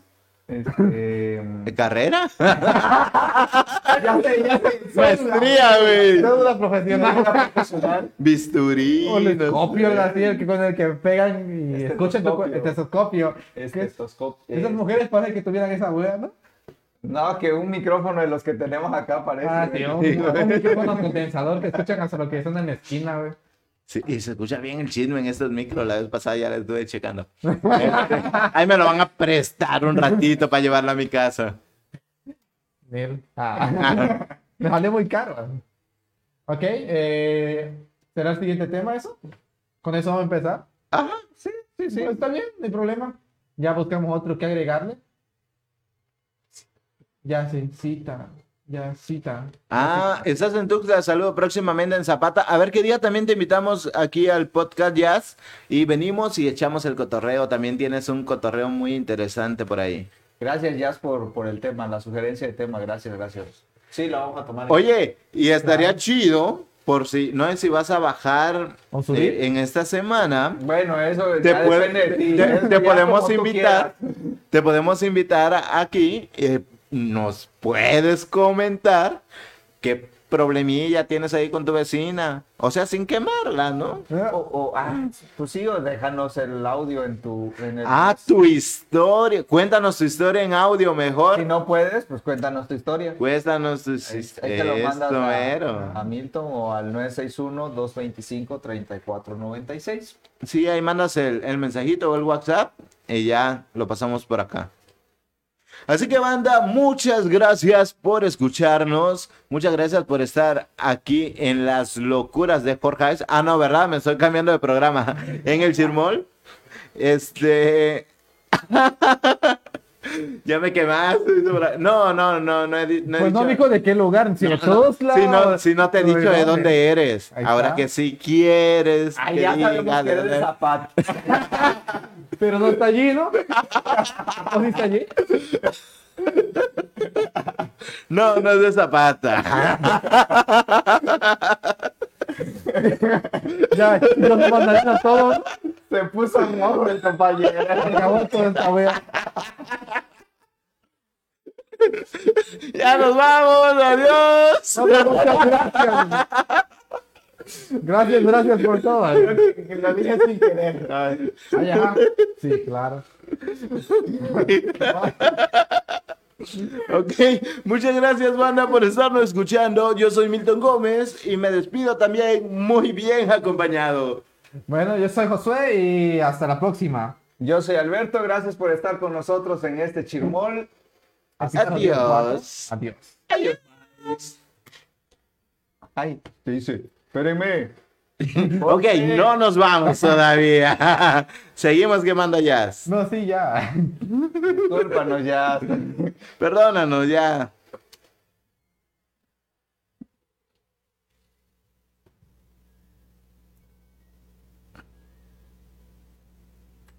Speaker 3: Este,
Speaker 1: ¿Carrera? Ah,
Speaker 3: ya sé, ya sé.
Speaker 1: Maestría, güey.
Speaker 2: Cédula profesional.
Speaker 3: profesional.
Speaker 1: Bisturí.
Speaker 2: O
Speaker 1: no sé.
Speaker 2: escopio, así, el que con el que pegan y escuchan tu cu-
Speaker 3: Estetoscopio.
Speaker 2: estetoscopio.
Speaker 3: Este, estos-
Speaker 2: Esas
Speaker 3: eh,
Speaker 2: mujeres parece que tuvieran esa wea, ¿no?
Speaker 3: No, que un micrófono de los que tenemos acá parece.
Speaker 2: Ah,
Speaker 3: güey.
Speaker 2: tío, un, un micrófono condensador que escuchan hasta lo que son en la esquina, güey.
Speaker 1: Sí, y se escucha bien el chisme en estos micros. La vez pasada ya la estuve checando. Este, Ahí me lo van a prestar un ratito para llevarlo a mi casa.
Speaker 2: Nel. Ah. Me sale muy caro. güey. Ok, eh, ¿será el siguiente tema eso? ¿Con eso vamos a empezar?
Speaker 1: Ajá,
Speaker 2: sí, sí, sí. está bien, no hay problema. Ya buscamos otro que agregarle. Ya se cita, ya cita.
Speaker 1: Ah, estás en Tuxtla, saludo próximamente en Zapata. A ver qué día también te invitamos aquí al podcast Jazz y venimos y echamos el cotorreo. También tienes un cotorreo muy interesante por ahí.
Speaker 3: Gracias, Jazz, por, por el tema, la sugerencia de tema. Gracias, gracias. Sí, la vamos a tomar. en
Speaker 1: Oye, y estaría chido por si, no sé si vas a bajar
Speaker 2: ¿O subir?
Speaker 1: eh, en esta semana.
Speaker 3: Bueno, eso
Speaker 1: te,
Speaker 3: ya
Speaker 1: puede-
Speaker 3: depende de ti.
Speaker 1: te-
Speaker 3: Eso
Speaker 1: te
Speaker 3: ya
Speaker 1: podemos
Speaker 3: como tú
Speaker 1: invitar,
Speaker 3: quieras.
Speaker 1: te podemos invitar a- aquí, eh, nos puedes comentar qué problemilla tienes ahí con tu vecina, o sea, sin quemarla, ¿no?
Speaker 3: O, o, ah, pues sí, o déjanos el audio en tu. En el,
Speaker 1: Ah, tu historia, cuéntanos tu historia en audio mejor,
Speaker 3: si no puedes, pues cuéntanos tu historia.
Speaker 1: cuéntanos tu
Speaker 3: Ahí, ahí te lo
Speaker 1: esto,
Speaker 3: mandas
Speaker 1: mero.
Speaker 3: a, a Milton o al 961-225-3496.
Speaker 1: Sí, ahí mandas el, el mensajito o el WhatsApp y ya lo pasamos por acá. Así que banda, muchas gracias por escucharnos. Muchas gracias por estar aquí en las locuras de Jorge Hayes. Ah, no, ¿verdad? Me estoy cambiando de programa. En el Chirmol. Este... ya me quemaste. No, no, no, no he, di- no he
Speaker 2: Pues no
Speaker 1: dicho-
Speaker 2: dijo de qué lugar, si de todos
Speaker 1: si no,
Speaker 2: lados.
Speaker 1: si no te he
Speaker 2: Uy,
Speaker 1: dicho de
Speaker 2: hombre.
Speaker 1: dónde eres.
Speaker 2: Ahí
Speaker 1: Ahora
Speaker 2: está.
Speaker 1: que si quieres.
Speaker 3: Ah,
Speaker 1: que
Speaker 3: ya
Speaker 1: diga
Speaker 3: sabemos
Speaker 1: de
Speaker 3: que eres
Speaker 1: dónde-
Speaker 3: de Zapata.
Speaker 2: Pero no está allí, ¿no? ¿O sí está allí?
Speaker 1: No, no es de Zapata.
Speaker 2: Ya, yo se mandarían a todos.
Speaker 3: Se puso rojo el compañero.
Speaker 2: Acabó toda esta wea.
Speaker 1: ya nos vamos, adiós.
Speaker 2: No, pero muchas gracias. Gracias, gracias por todo.
Speaker 3: Lo dije sin querer.
Speaker 2: Ay, ajá. Sí, claro.
Speaker 1: Ok, muchas gracias, banda, por estarnos escuchando. Yo soy Milton Gómez y me despido también muy bien acompañado.
Speaker 2: Bueno, yo soy Josué y hasta la próxima.
Speaker 3: Yo soy Alberto, gracias por estar con nosotros en este chirmol.
Speaker 2: Episodio cuatro.
Speaker 1: Adiós.
Speaker 2: Adiós.
Speaker 3: Ay, te dice, espérenme.
Speaker 1: Ok, no nos vamos todavía. Seguimos quemando jazz.
Speaker 2: No, sí, ya.
Speaker 3: Discúlpanos ya.
Speaker 1: Perdónanos ya.